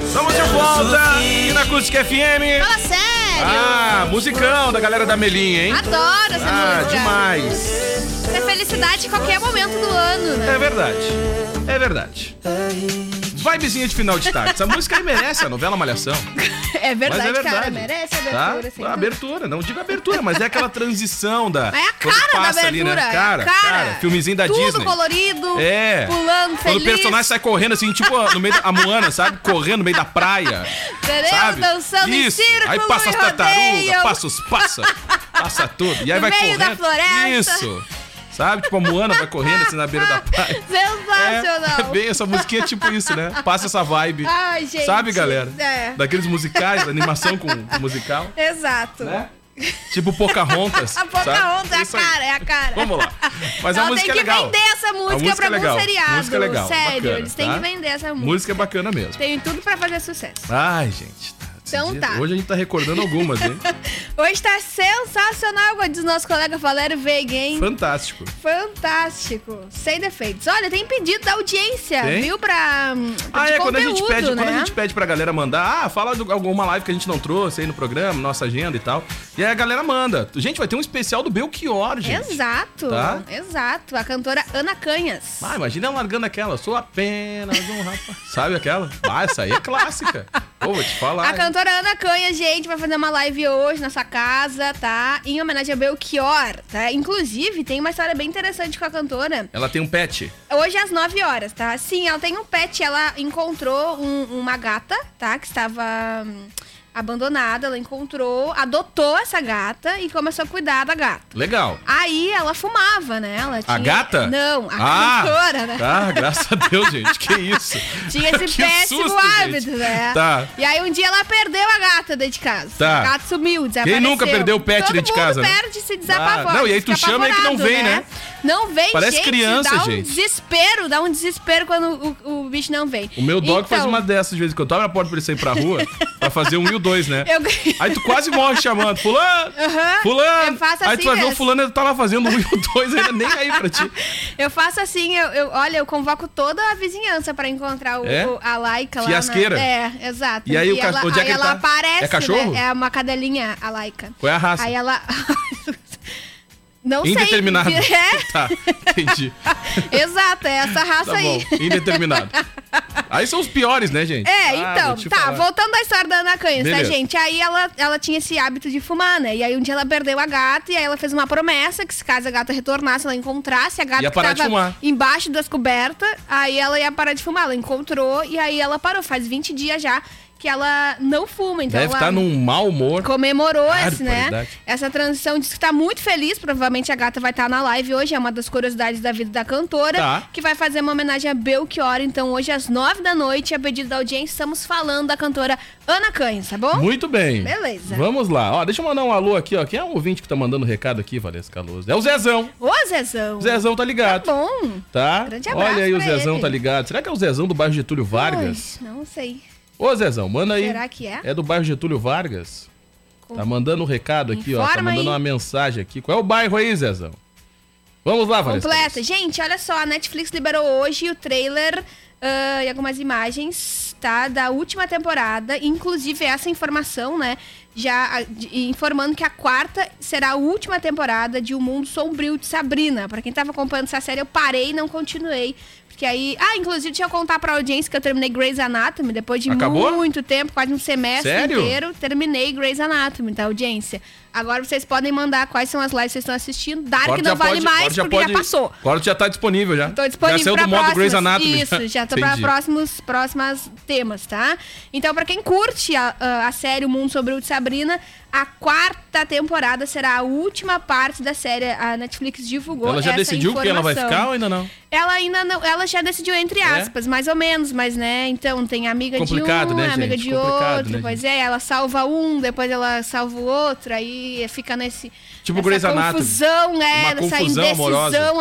[SPEAKER 2] Estamos de volta aqui na Acústica FM.
[SPEAKER 3] Fala sério!
[SPEAKER 2] Ah, musicão da galera da Melinha, hein?
[SPEAKER 3] Adoro essa
[SPEAKER 2] Ah,
[SPEAKER 3] música.
[SPEAKER 2] demais.
[SPEAKER 3] É felicidade em qualquer momento do ano, né?
[SPEAKER 2] É verdade. É verdade. vibezinha de final de tarde. Essa música aí merece a novela Malhação.
[SPEAKER 3] É
[SPEAKER 2] Mas
[SPEAKER 3] verdade,
[SPEAKER 2] é verdade.
[SPEAKER 3] cara. Merece
[SPEAKER 2] tá? A
[SPEAKER 3] abertura, sem dúvida.
[SPEAKER 2] abertura, não digo abertura, mas é aquela transição da.
[SPEAKER 3] Mas É a
[SPEAKER 2] quando
[SPEAKER 3] cara da
[SPEAKER 2] passa
[SPEAKER 3] abertura,
[SPEAKER 2] ali, né?
[SPEAKER 3] é a
[SPEAKER 2] Cara, cara, filmezinho da
[SPEAKER 3] tudo
[SPEAKER 2] Disney.
[SPEAKER 3] colorido,
[SPEAKER 2] É.
[SPEAKER 3] pulando,
[SPEAKER 2] Quando
[SPEAKER 3] feliz.
[SPEAKER 2] o personagem sai correndo assim, tipo no meio da a Moana, sabe? Correndo no meio da praia.
[SPEAKER 3] Entendeu?
[SPEAKER 2] Sabe?
[SPEAKER 3] Dançando em
[SPEAKER 2] Isso.
[SPEAKER 3] círculo
[SPEAKER 2] Aí passa
[SPEAKER 3] e
[SPEAKER 2] as tartarugas,
[SPEAKER 3] rodeio.
[SPEAKER 2] passa os pássaros, passa tudo. E aí
[SPEAKER 3] No
[SPEAKER 2] vai
[SPEAKER 3] meio
[SPEAKER 2] correndo.
[SPEAKER 3] da floresta.
[SPEAKER 2] Isso. Sabe? Tipo a Moana vai correndo assim na
[SPEAKER 3] (laughs)
[SPEAKER 2] beira da praia. É, é
[SPEAKER 3] Sensacional.
[SPEAKER 2] bem, essa musiquinha é tipo isso, né? Passa essa vibe.
[SPEAKER 3] Ai, gente,
[SPEAKER 2] Sabe, galera?
[SPEAKER 3] é.
[SPEAKER 2] Daqueles musicais, animação com com musical,
[SPEAKER 3] Exato.
[SPEAKER 2] né? Tipo Pocahontas.
[SPEAKER 3] (laughs) A Pocahontas é a
[SPEAKER 2] Isso aí.
[SPEAKER 3] cara, é a cara.
[SPEAKER 2] Vamos lá. Mas a
[SPEAKER 3] Ela
[SPEAKER 2] música
[SPEAKER 3] tem que
[SPEAKER 2] é legal.
[SPEAKER 3] vender essa música,
[SPEAKER 2] A música
[SPEAKER 3] pra
[SPEAKER 2] é legal.
[SPEAKER 3] algum seriado.
[SPEAKER 2] Música é legal.
[SPEAKER 3] Sério,
[SPEAKER 2] bacana,
[SPEAKER 3] eles têm
[SPEAKER 2] tá?
[SPEAKER 3] que vender essa música.
[SPEAKER 2] Música é bacana mesmo.
[SPEAKER 3] Tem tudo pra fazer sucesso.
[SPEAKER 2] Ai, gente. tá, esse
[SPEAKER 3] Então
[SPEAKER 2] dia-
[SPEAKER 3] tá.
[SPEAKER 2] Hoje a gente tá recordando algumas,
[SPEAKER 3] (laughs)
[SPEAKER 2] hein?
[SPEAKER 3] Hoje tá sensacional, como diz nosso colega Valério Veiga, hein?
[SPEAKER 2] Fantástico.
[SPEAKER 3] Tá Fantástico. Sem defeitos. Olha, tem pedido da audiência,
[SPEAKER 2] Tem?
[SPEAKER 3] viu? Pra. hum,
[SPEAKER 2] Ah,
[SPEAKER 3] de
[SPEAKER 2] é, quando a gente
[SPEAKER 3] conteúdo,
[SPEAKER 2] pede,
[SPEAKER 3] né?
[SPEAKER 2] quando a gente pede pra galera mandar, ah, fala de alguma live que a gente não trouxe aí no programa, nossa agenda e tal. E aí a galera manda. Gente, vai ter um especial do Belchior, gente.
[SPEAKER 3] Exato,
[SPEAKER 2] Tá?
[SPEAKER 3] exato. A cantora Ana Canhas.
[SPEAKER 2] Ah, imagina ela largando aquela, sou apenas um rapaz. Sabe aquela? Ah, essa aí é clássica. Pô, vou te falar.
[SPEAKER 3] A
[SPEAKER 2] hein?
[SPEAKER 3] cantora Ana Canha, gente, vai fazer uma live hoje na sua casa, tá? Em homenagem a Belchior, tá? Inclusive, tem uma história bem interessante com a cantora.
[SPEAKER 2] Ela tem um pet.
[SPEAKER 3] Hoje é às 9 horas, tá? Sim, ela tem um pet, ela encontrou um- uma gata, tá? Que estava hum, abandonada, ela encontrou, adotou essa gata e começou a cuidar da gata.
[SPEAKER 2] Legal.
[SPEAKER 3] Aí ela fumava, né? Ela tinha...
[SPEAKER 2] A gata?
[SPEAKER 3] Não, a
[SPEAKER 2] ah, (laughs)
[SPEAKER 3] cantora, né?
[SPEAKER 2] Ah, graças a Deus, gente.
[SPEAKER 3] (laughs)
[SPEAKER 2] Que isso?
[SPEAKER 3] Tinha
[SPEAKER 2] (laughs)
[SPEAKER 3] esse
[SPEAKER 2] Que
[SPEAKER 3] péssimo
[SPEAKER 2] susto,
[SPEAKER 3] hábito,
[SPEAKER 2] gente.
[SPEAKER 3] né?
[SPEAKER 2] Tá.
[SPEAKER 3] E aí um dia ela perdeu a gata dentro de casa.
[SPEAKER 2] Tá.
[SPEAKER 3] A gata sumiu, desapareceu.
[SPEAKER 2] nunca perdeu o pet
[SPEAKER 3] Todo
[SPEAKER 2] dentro de casa,
[SPEAKER 3] mundo
[SPEAKER 2] né?
[SPEAKER 3] perde, se desapavora.
[SPEAKER 2] Ah, não, e aí tu
[SPEAKER 3] fica
[SPEAKER 2] chama e que não
[SPEAKER 3] apavorado,
[SPEAKER 2] vem, né?
[SPEAKER 3] Não vem,
[SPEAKER 2] Parece
[SPEAKER 3] gente.
[SPEAKER 2] criança,
[SPEAKER 3] dá
[SPEAKER 2] gente.
[SPEAKER 3] um desespero, dá um desespero quando o, o bicho não vem.
[SPEAKER 2] O meu dog
[SPEAKER 3] Então,
[SPEAKER 2] faz uma dessas de vez em quando. Tu abre a porta pra ele sair pra rua pra fazer um e o dois, né?
[SPEAKER 3] Então, Eu... (laughs)
[SPEAKER 2] Aí tu quase morre chamando, fulano,
[SPEAKER 3] Aham,
[SPEAKER 2] fulano.
[SPEAKER 3] eu faço
[SPEAKER 2] aí
[SPEAKER 3] assim
[SPEAKER 2] tu vai ver o
[SPEAKER 3] mesmo.
[SPEAKER 2] fulano, ele tá lá fazendo um e o dois, ainda nem aí pra ti.
[SPEAKER 3] eu faço assim, eu, eu- olha, eu convoco toda a vizinhança pra encontrar o,
[SPEAKER 2] É?
[SPEAKER 3] o- a Laika lá.
[SPEAKER 2] Fiasqueira.
[SPEAKER 3] Na... É, exato.
[SPEAKER 2] E aí o ca-
[SPEAKER 3] ela,
[SPEAKER 2] onde é
[SPEAKER 3] aí
[SPEAKER 2] que ele
[SPEAKER 3] ela
[SPEAKER 2] tá?
[SPEAKER 3] aparece,
[SPEAKER 2] É cachorro?
[SPEAKER 3] né? É uma cadelinha, a Laika.
[SPEAKER 2] Qual é a raça?
[SPEAKER 3] Aí ela. (laughs) Não sei.
[SPEAKER 2] Indeterminado.
[SPEAKER 3] (laughs) É,
[SPEAKER 2] Tá, entendi.
[SPEAKER 3] exato, é essa
[SPEAKER 2] Tá
[SPEAKER 3] raça
[SPEAKER 2] bom,
[SPEAKER 3] aí.
[SPEAKER 2] indeterminado. Aí são os piores, né, gente?
[SPEAKER 3] É,
[SPEAKER 2] Ah,
[SPEAKER 3] então,
[SPEAKER 2] vou te
[SPEAKER 3] tá,
[SPEAKER 2] falar.
[SPEAKER 3] voltando à história da Ana Canhas, tá,
[SPEAKER 2] Beleza.
[SPEAKER 3] gente? Aí ela, ela tinha esse hábito de fumar, né? E aí um dia ela perdeu a gata e aí ela fez uma promessa que se caso a gata retornasse, ela encontrasse a gata
[SPEAKER 2] Ia
[SPEAKER 3] que
[SPEAKER 2] parar de
[SPEAKER 3] tava
[SPEAKER 2] fumar.
[SPEAKER 3] embaixo das cobertas, aí ela ia parar de fumar. Ela encontrou e aí ela parou. Faz 20 dias já que ela não fuma, então
[SPEAKER 2] Deve
[SPEAKER 3] ela...
[SPEAKER 2] estar num mau humor.
[SPEAKER 3] comemorou esse, né?
[SPEAKER 2] Barbaridade.
[SPEAKER 3] essa transição. Diz que tá muito feliz. Provavelmente a gata vai estar na live hoje. É uma das curiosidades da vida da cantora.
[SPEAKER 2] Tá.
[SPEAKER 3] Que vai fazer uma homenagem a Belchior. Então, hoje às nove da noite, a pedido da audiência, estamos falando da cantora Ana Canhas, tá bom?
[SPEAKER 2] Muito bem.
[SPEAKER 3] Beleza.
[SPEAKER 2] Vamos lá. Ó, deixa eu mandar um alô aqui, ó. Quem é o ouvinte que tá mandando recado aqui, Valesca Caloso? É o Zezão.
[SPEAKER 3] Ô, Zezão.
[SPEAKER 2] O Zezão tá ligado.
[SPEAKER 3] Hum. Tá bom.
[SPEAKER 2] Tá?
[SPEAKER 3] Grande abraço
[SPEAKER 2] Olha aí, o
[SPEAKER 3] pra
[SPEAKER 2] Zezão
[SPEAKER 3] ele.
[SPEAKER 2] tá ligado. Será que é o Zezão do bairro Getúlio Vargas?
[SPEAKER 3] Ai, não sei.
[SPEAKER 2] Ô, Zezão, manda aí.
[SPEAKER 3] Será que é?
[SPEAKER 2] É do bairro Getúlio Vargas?
[SPEAKER 3] Com-
[SPEAKER 2] Tá mandando um recado aqui, ó. Tá
[SPEAKER 3] Informa
[SPEAKER 2] mandando
[SPEAKER 3] aí.
[SPEAKER 2] uma mensagem aqui. Qual é o bairro aí, Zezão? Vamos lá, Valesca.
[SPEAKER 3] Completa. Gente, olha só, a Netflix liberou hoje o trailer ah, e algumas imagens, tá? Da última temporada. Inclusive, essa informação, né? Já ah, de- informando que a quarta será a última temporada de O Mundo Sombrio de Sabrina. Pra quem tava acompanhando essa série, eu parei e não continuei. Porque aí. Ah, inclusive, deixa eu contar pra audiência que eu terminei Grey's Anatomy depois de
[SPEAKER 2] Acabou?
[SPEAKER 3] muito tempo, quase um semestre
[SPEAKER 2] Sério?
[SPEAKER 3] inteiro. Terminei Grey's Anatomy, tá, audiência? Agora vocês podem mandar quais são as lives que vocês estão assistindo. Dark
[SPEAKER 2] Agora
[SPEAKER 3] não
[SPEAKER 2] já
[SPEAKER 3] vale
[SPEAKER 2] pode-
[SPEAKER 3] mais
[SPEAKER 2] agora
[SPEAKER 3] porque já passou. Então,
[SPEAKER 2] Agora já tá disponível já.
[SPEAKER 3] Tô disponível
[SPEAKER 2] já saiu
[SPEAKER 3] pra
[SPEAKER 2] do modo Grey's
[SPEAKER 3] próximas.
[SPEAKER 2] Anatomy. (laughs)
[SPEAKER 3] Isso, já tô pra
[SPEAKER 2] Entendi.
[SPEAKER 3] próximos, próximas temas, tá? Então, pra quem curte a, a- a série O Mundo Sobre o de Sabrina, a quarta temporada será a última parte da série. A Netflix divulgou
[SPEAKER 2] Ela já
[SPEAKER 3] essa
[SPEAKER 2] decidiu quem ela vai
[SPEAKER 3] informação.
[SPEAKER 2] ficar ou ainda não?
[SPEAKER 3] Ela ainda não. Ela já decidiu,
[SPEAKER 2] É?
[SPEAKER 3] entre aspas, mais ou menos, mas né? Então tem amiga
[SPEAKER 2] Complicado,
[SPEAKER 3] de um,
[SPEAKER 2] né,
[SPEAKER 3] amiga
[SPEAKER 2] gente?
[SPEAKER 3] de
[SPEAKER 2] Complicado,
[SPEAKER 3] outro.
[SPEAKER 2] né,
[SPEAKER 3] pois é, ela salva um, depois ela salva o outro, aí fica nesse.
[SPEAKER 2] Tipo
[SPEAKER 3] nessa
[SPEAKER 2] Grey's Anatomy.
[SPEAKER 3] confusão, é,
[SPEAKER 2] Uma
[SPEAKER 3] essa
[SPEAKER 2] confusão amorosa,
[SPEAKER 3] indecisão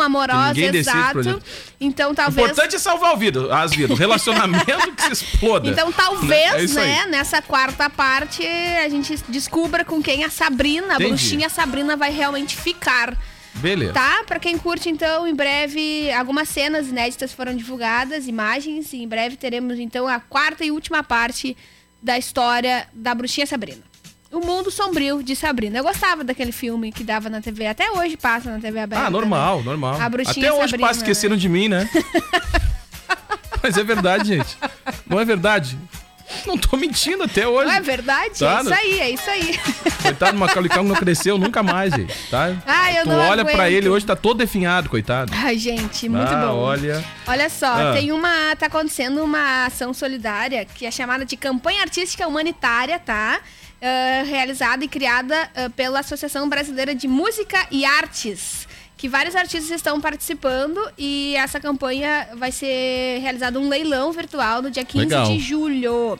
[SPEAKER 2] que
[SPEAKER 3] amorosa,
[SPEAKER 2] ninguém decide, por
[SPEAKER 3] exato.
[SPEAKER 2] exemplo.
[SPEAKER 3] então
[SPEAKER 2] O
[SPEAKER 3] talvez.
[SPEAKER 2] importante é salvar o vida, as vidas. O Relacionamento que se exploda.
[SPEAKER 3] Então
[SPEAKER 2] É
[SPEAKER 3] talvez,
[SPEAKER 2] isso aí.
[SPEAKER 3] né, nessa quarta parte, a gente descubra com quem a Sabrina, a
[SPEAKER 2] Entendi.
[SPEAKER 3] bruxinha Sabrina, vai realmente ficar.
[SPEAKER 2] Beleza. Ah,
[SPEAKER 3] Tá? Pra quem curte, então, em breve, algumas cenas inéditas foram divulgadas, imagens, e em breve teremos, então, a quarta e última parte da história da bruxinha Sabrina. O Mundo Sombrio de Sabrina. Eu gostava daquele filme que dava na TV, até hoje passa na TV aberta.
[SPEAKER 2] Ah, normal,
[SPEAKER 3] né?
[SPEAKER 2] normal.
[SPEAKER 3] A bruxinha
[SPEAKER 2] Até hoje
[SPEAKER 3] (laughs) Sabrina,
[SPEAKER 2] passa esquecendo de mim, né? Mas é né? verdade, gente. Não é verdade? Não tô mentindo até hoje.
[SPEAKER 3] Não é verdade?
[SPEAKER 2] Tá,
[SPEAKER 3] É isso
[SPEAKER 2] né?
[SPEAKER 3] aí, é isso aí. (laughs)
[SPEAKER 2] Coitado do Macaulay Culkin não cresceu nunca mais, gente, tá?
[SPEAKER 3] Ah, eu
[SPEAKER 2] tu
[SPEAKER 3] não
[SPEAKER 2] olha pra
[SPEAKER 3] aguento.
[SPEAKER 2] ele hoje, tá todo definhado, coitado.
[SPEAKER 3] Ai, gente, muito
[SPEAKER 2] Ah,
[SPEAKER 3] bom.
[SPEAKER 2] olha.
[SPEAKER 3] Olha só,
[SPEAKER 2] Ah.
[SPEAKER 3] tem uma. Tá acontecendo uma ação solidária que é chamada de Campanha Artística Humanitária, tá? Ah, realizada e criada ah, pela Associação Brasileira de Música e Artes. Que vários artistas estão participando e essa campanha vai ser realizada um leilão virtual no dia 15
[SPEAKER 2] Legal.
[SPEAKER 3] de julho.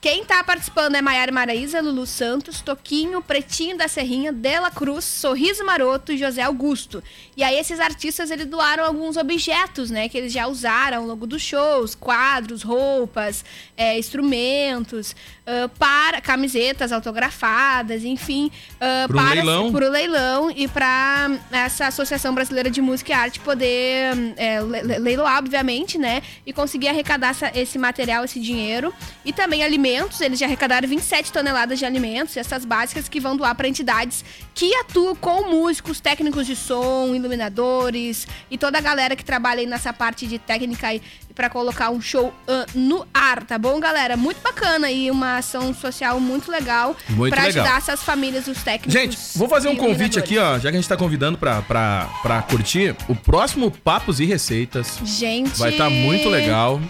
[SPEAKER 3] Quem tá participando é Maiara Maraíza, Lulu Santos, Toquinho, Pretinho da Serrinha, Dela Cruz, Sorriso Maroto e José Augusto. E aí esses artistas, eles doaram alguns objetos, né? Que eles já usaram ao longo dos shows, quadros, roupas, é, instrumentos, ãh, para camisetas autografadas, enfim. ãh,
[SPEAKER 2] Pro
[SPEAKER 3] para,
[SPEAKER 2] leilão?
[SPEAKER 3] Pro leilão e para essa Associação Brasileira de Música e Arte poder hum, é, le- le- leiloar, obviamente, né? E conseguir arrecadar essa- esse material, esse dinheiro. E também alimentos, eles já arrecadaram 27 toneladas de alimentos, essas básicas que vão doar para entidades que atuam com músicos, técnicos de som, iluminadores e toda a galera que trabalha aí nessa parte de técnica aí para colocar um show ah, no ar, tá bom, galera? Muito bacana aí, uma ação social muito legal
[SPEAKER 2] Muito
[SPEAKER 3] para
[SPEAKER 2] legal.
[SPEAKER 3] ajudar essas famílias, os técnicos.
[SPEAKER 2] Gente, vou fazer um
[SPEAKER 3] e
[SPEAKER 2] convite
[SPEAKER 3] iluminadores.
[SPEAKER 2] aqui, ó, já que a gente tá convidando pra, pra, pra curtir. O próximo Papos e Receitas
[SPEAKER 3] Gente. Hum,
[SPEAKER 2] vai estar muito legal.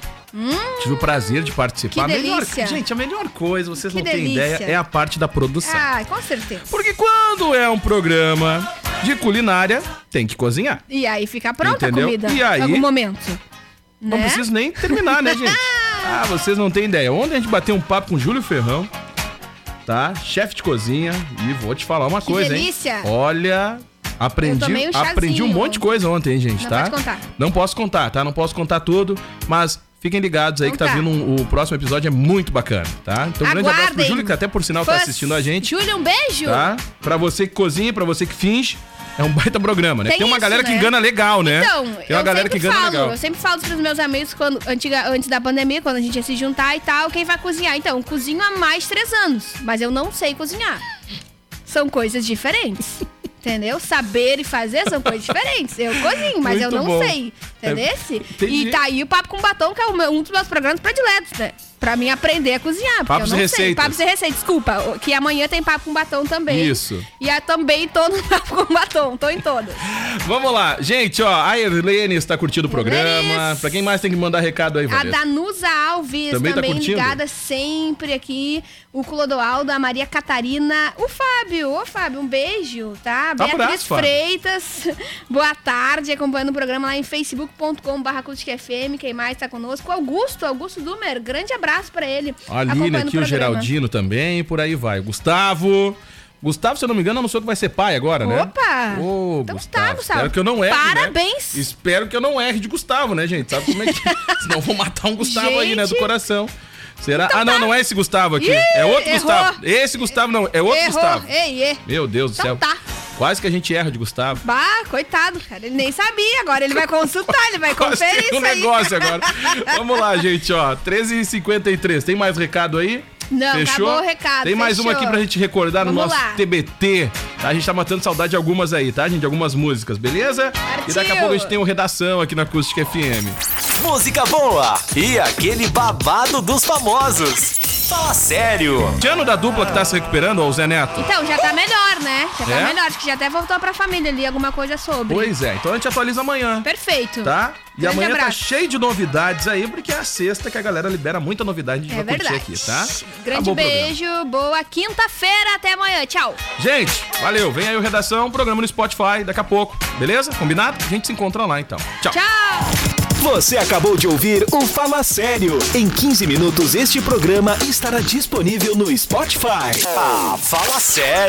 [SPEAKER 2] Tive o prazer de participar.
[SPEAKER 3] que
[SPEAKER 2] A melhor-
[SPEAKER 3] delícia.
[SPEAKER 2] gente, a melhor coisa, vocês
[SPEAKER 3] Que
[SPEAKER 2] não têm
[SPEAKER 3] delícia.
[SPEAKER 2] ideia, é a parte da produção.
[SPEAKER 3] Ah, com certeza.
[SPEAKER 2] Porque quando é um programa de culinária, tem que cozinhar.
[SPEAKER 3] E aí fica pronta
[SPEAKER 2] Entendeu?
[SPEAKER 3] a comida
[SPEAKER 2] E aí-
[SPEAKER 3] em algum momento.
[SPEAKER 2] Não
[SPEAKER 3] né?
[SPEAKER 2] preciso nem terminar, né,
[SPEAKER 3] (laughs)
[SPEAKER 2] gente? Ah, vocês não têm ideia. Ontem a gente bateu um papo com o Júlio Ferrão, tá? Chefe de cozinha. E vou te falar uma
[SPEAKER 3] Que
[SPEAKER 2] coisa,
[SPEAKER 3] delícia.
[SPEAKER 2] hein? Olha,
[SPEAKER 3] Eu
[SPEAKER 2] aprendi,
[SPEAKER 3] tomei um chazinho.
[SPEAKER 2] aprendi um monte de coisa ontem, hein, gente,
[SPEAKER 3] Não
[SPEAKER 2] tá?
[SPEAKER 3] pode contar.
[SPEAKER 2] Não posso contar, tá? Não posso contar tudo, mas fiquem ligados aí
[SPEAKER 3] Então
[SPEAKER 2] que tá,
[SPEAKER 3] tá.
[SPEAKER 2] vindo um- o próximo episódio é muito bacana, tá? Então, um grande abraço pro
[SPEAKER 3] Aguardem.
[SPEAKER 2] Júlio, que até por sinal tá
[SPEAKER 3] Fãs.
[SPEAKER 2] assistindo a gente,
[SPEAKER 3] Júlia, um beijo.
[SPEAKER 2] tá? Pra você que cozinha, pra você que finge, é um (laughs) baita programa, né?
[SPEAKER 3] Tem
[SPEAKER 2] Tem, uma
[SPEAKER 3] isso,
[SPEAKER 2] galera que
[SPEAKER 3] né?
[SPEAKER 2] engana legal, né?
[SPEAKER 3] Então,
[SPEAKER 2] Tem uma
[SPEAKER 3] eu
[SPEAKER 2] galera que
[SPEAKER 3] sempre
[SPEAKER 2] engana
[SPEAKER 3] falo,
[SPEAKER 2] legal.
[SPEAKER 3] eu sempre falo pros meus amigos quando, antiga, antes da pandemia, quando a gente ia se juntar e tal, quem vai cozinhar? Então, eu cozinho há mais de três anos, mas eu não sei cozinhar. São coisas diferentes. (laughs) Entendeu? Saber e fazer são coisas diferentes. Eu cozinho, mas eu
[SPEAKER 2] Muito
[SPEAKER 3] não
[SPEAKER 2] bom. É,
[SPEAKER 3] sei. Entendeu?
[SPEAKER 2] entendi.
[SPEAKER 3] e tá aí o Papo com Batom, que é o meu- um dos meus programas prediletos, né? Pra mim aprender a cozinhar. Porque
[SPEAKER 2] Papos
[SPEAKER 3] eu não
[SPEAKER 2] e
[SPEAKER 3] sei.
[SPEAKER 2] receitas.
[SPEAKER 3] Papos e receitas, desculpa. o- Que amanhã tem Papo com Batom também.
[SPEAKER 2] Isso.
[SPEAKER 3] E eu também tô no (laughs) Papo com Batom. Tô em todas.
[SPEAKER 2] Vamos lá, gente, ó, a Erlene está curtindo o programa.
[SPEAKER 3] Erlenes.
[SPEAKER 2] Pra quem mais tem que mandar recado aí,
[SPEAKER 3] A
[SPEAKER 2] Vanessa?
[SPEAKER 3] Danusa Alves,
[SPEAKER 2] Também
[SPEAKER 3] também,
[SPEAKER 2] tá curtindo?
[SPEAKER 3] ligada sempre aqui. O Clodoaldo, a Maria Catarina. O Fábio, ô Fábio, um beijo, tá?
[SPEAKER 2] Abraço,
[SPEAKER 3] Beatriz
[SPEAKER 2] Fábio.
[SPEAKER 3] Freitas, (laughs) boa tarde. Acompanhando o programa lá em facebook.com.br CultFM. Quem mais tá conosco? Augusto, Augusto Dumer, grande abraço pra ele.
[SPEAKER 2] A Aline
[SPEAKER 3] Acompanhando
[SPEAKER 2] aqui, o
[SPEAKER 3] programa.
[SPEAKER 2] Geraldino também, por aí vai. Gustavo. Gustavo, se eu não me engano, anunciou que vai ser pai agora, né?
[SPEAKER 3] Opa!
[SPEAKER 2] Ô,
[SPEAKER 3] Então
[SPEAKER 2] Gustavo,
[SPEAKER 3] tá, Gustavo.
[SPEAKER 2] Espero que eu não erre, né?
[SPEAKER 3] Parabéns.
[SPEAKER 2] Espero que eu não erre de Gustavo, né, gente? Sabe como é
[SPEAKER 3] (laughs)
[SPEAKER 2] que... Senão eu vou matar um Gustavo aí, né, do
[SPEAKER 3] Gente. Então tá.
[SPEAKER 2] coração. Será? ah, não, não é esse Gustavo aqui. é outro
[SPEAKER 3] errou.
[SPEAKER 2] Gustavo. Esse Gustavo não, é outro
[SPEAKER 3] Errou.
[SPEAKER 2] Gustavo.
[SPEAKER 3] Ei, ei.
[SPEAKER 2] Meu Deus
[SPEAKER 3] Então
[SPEAKER 2] do céu.
[SPEAKER 3] tá.
[SPEAKER 2] Quase que a gente erra de Gustavo.
[SPEAKER 3] Bah, coitado, cara. Ele nem sabia. Agora ele vai consultar,
[SPEAKER 2] (laughs)
[SPEAKER 3] ele vai
[SPEAKER 2] Quase
[SPEAKER 3] conferir
[SPEAKER 2] tem
[SPEAKER 3] isso
[SPEAKER 2] um
[SPEAKER 3] aí.
[SPEAKER 2] negócio agora. Vamos lá, gente, ó. 13h53. Tem mais recado aí?
[SPEAKER 3] Não, acabou o recado,
[SPEAKER 2] Tem mais
[SPEAKER 3] fechou.
[SPEAKER 2] uma aqui pra gente recordar no
[SPEAKER 3] Vamos
[SPEAKER 2] nosso
[SPEAKER 3] lá.
[SPEAKER 2] TBT. tá? A gente tá matando saudade de algumas aí, tá, gente? De algumas músicas, beleza? E daqui a
[SPEAKER 3] Partiu.
[SPEAKER 2] pouco a gente tem uma redação aqui na Acústica FM.
[SPEAKER 1] Música boa e aquele babado dos famosos. Fala sério.
[SPEAKER 2] Tiano da dupla que tá se recuperando, ó, o Zé Neto.
[SPEAKER 3] Então, já tá melhor, né? Já
[SPEAKER 2] É?
[SPEAKER 3] tá melhor, acho que já até voltou pra família ali, alguma coisa sobre.
[SPEAKER 2] Pois é, então a gente atualiza amanhã.
[SPEAKER 3] Perfeito.
[SPEAKER 2] Tá? E
[SPEAKER 3] Grande
[SPEAKER 2] amanhã tá
[SPEAKER 3] abraço.
[SPEAKER 2] cheio de novidades aí, porque é a sexta que a galera libera muita novidade, a gente
[SPEAKER 3] É
[SPEAKER 2] vai
[SPEAKER 3] verdade.
[SPEAKER 2] curtir aqui, tá?
[SPEAKER 3] Grande
[SPEAKER 2] Acabou o programa.
[SPEAKER 3] beijo, boa quinta-feira, até amanhã. Tchau.
[SPEAKER 2] Gente, valeu. Vem aí o Redação, um programa no Spotify daqui a pouco. Beleza? Combinado? A gente se encontra lá então. Tchau.
[SPEAKER 3] Tchau.
[SPEAKER 1] Você acabou de ouvir o Fala Sério. Em 15 minutos este programa estará disponível no Spotify. Ah, fala sério.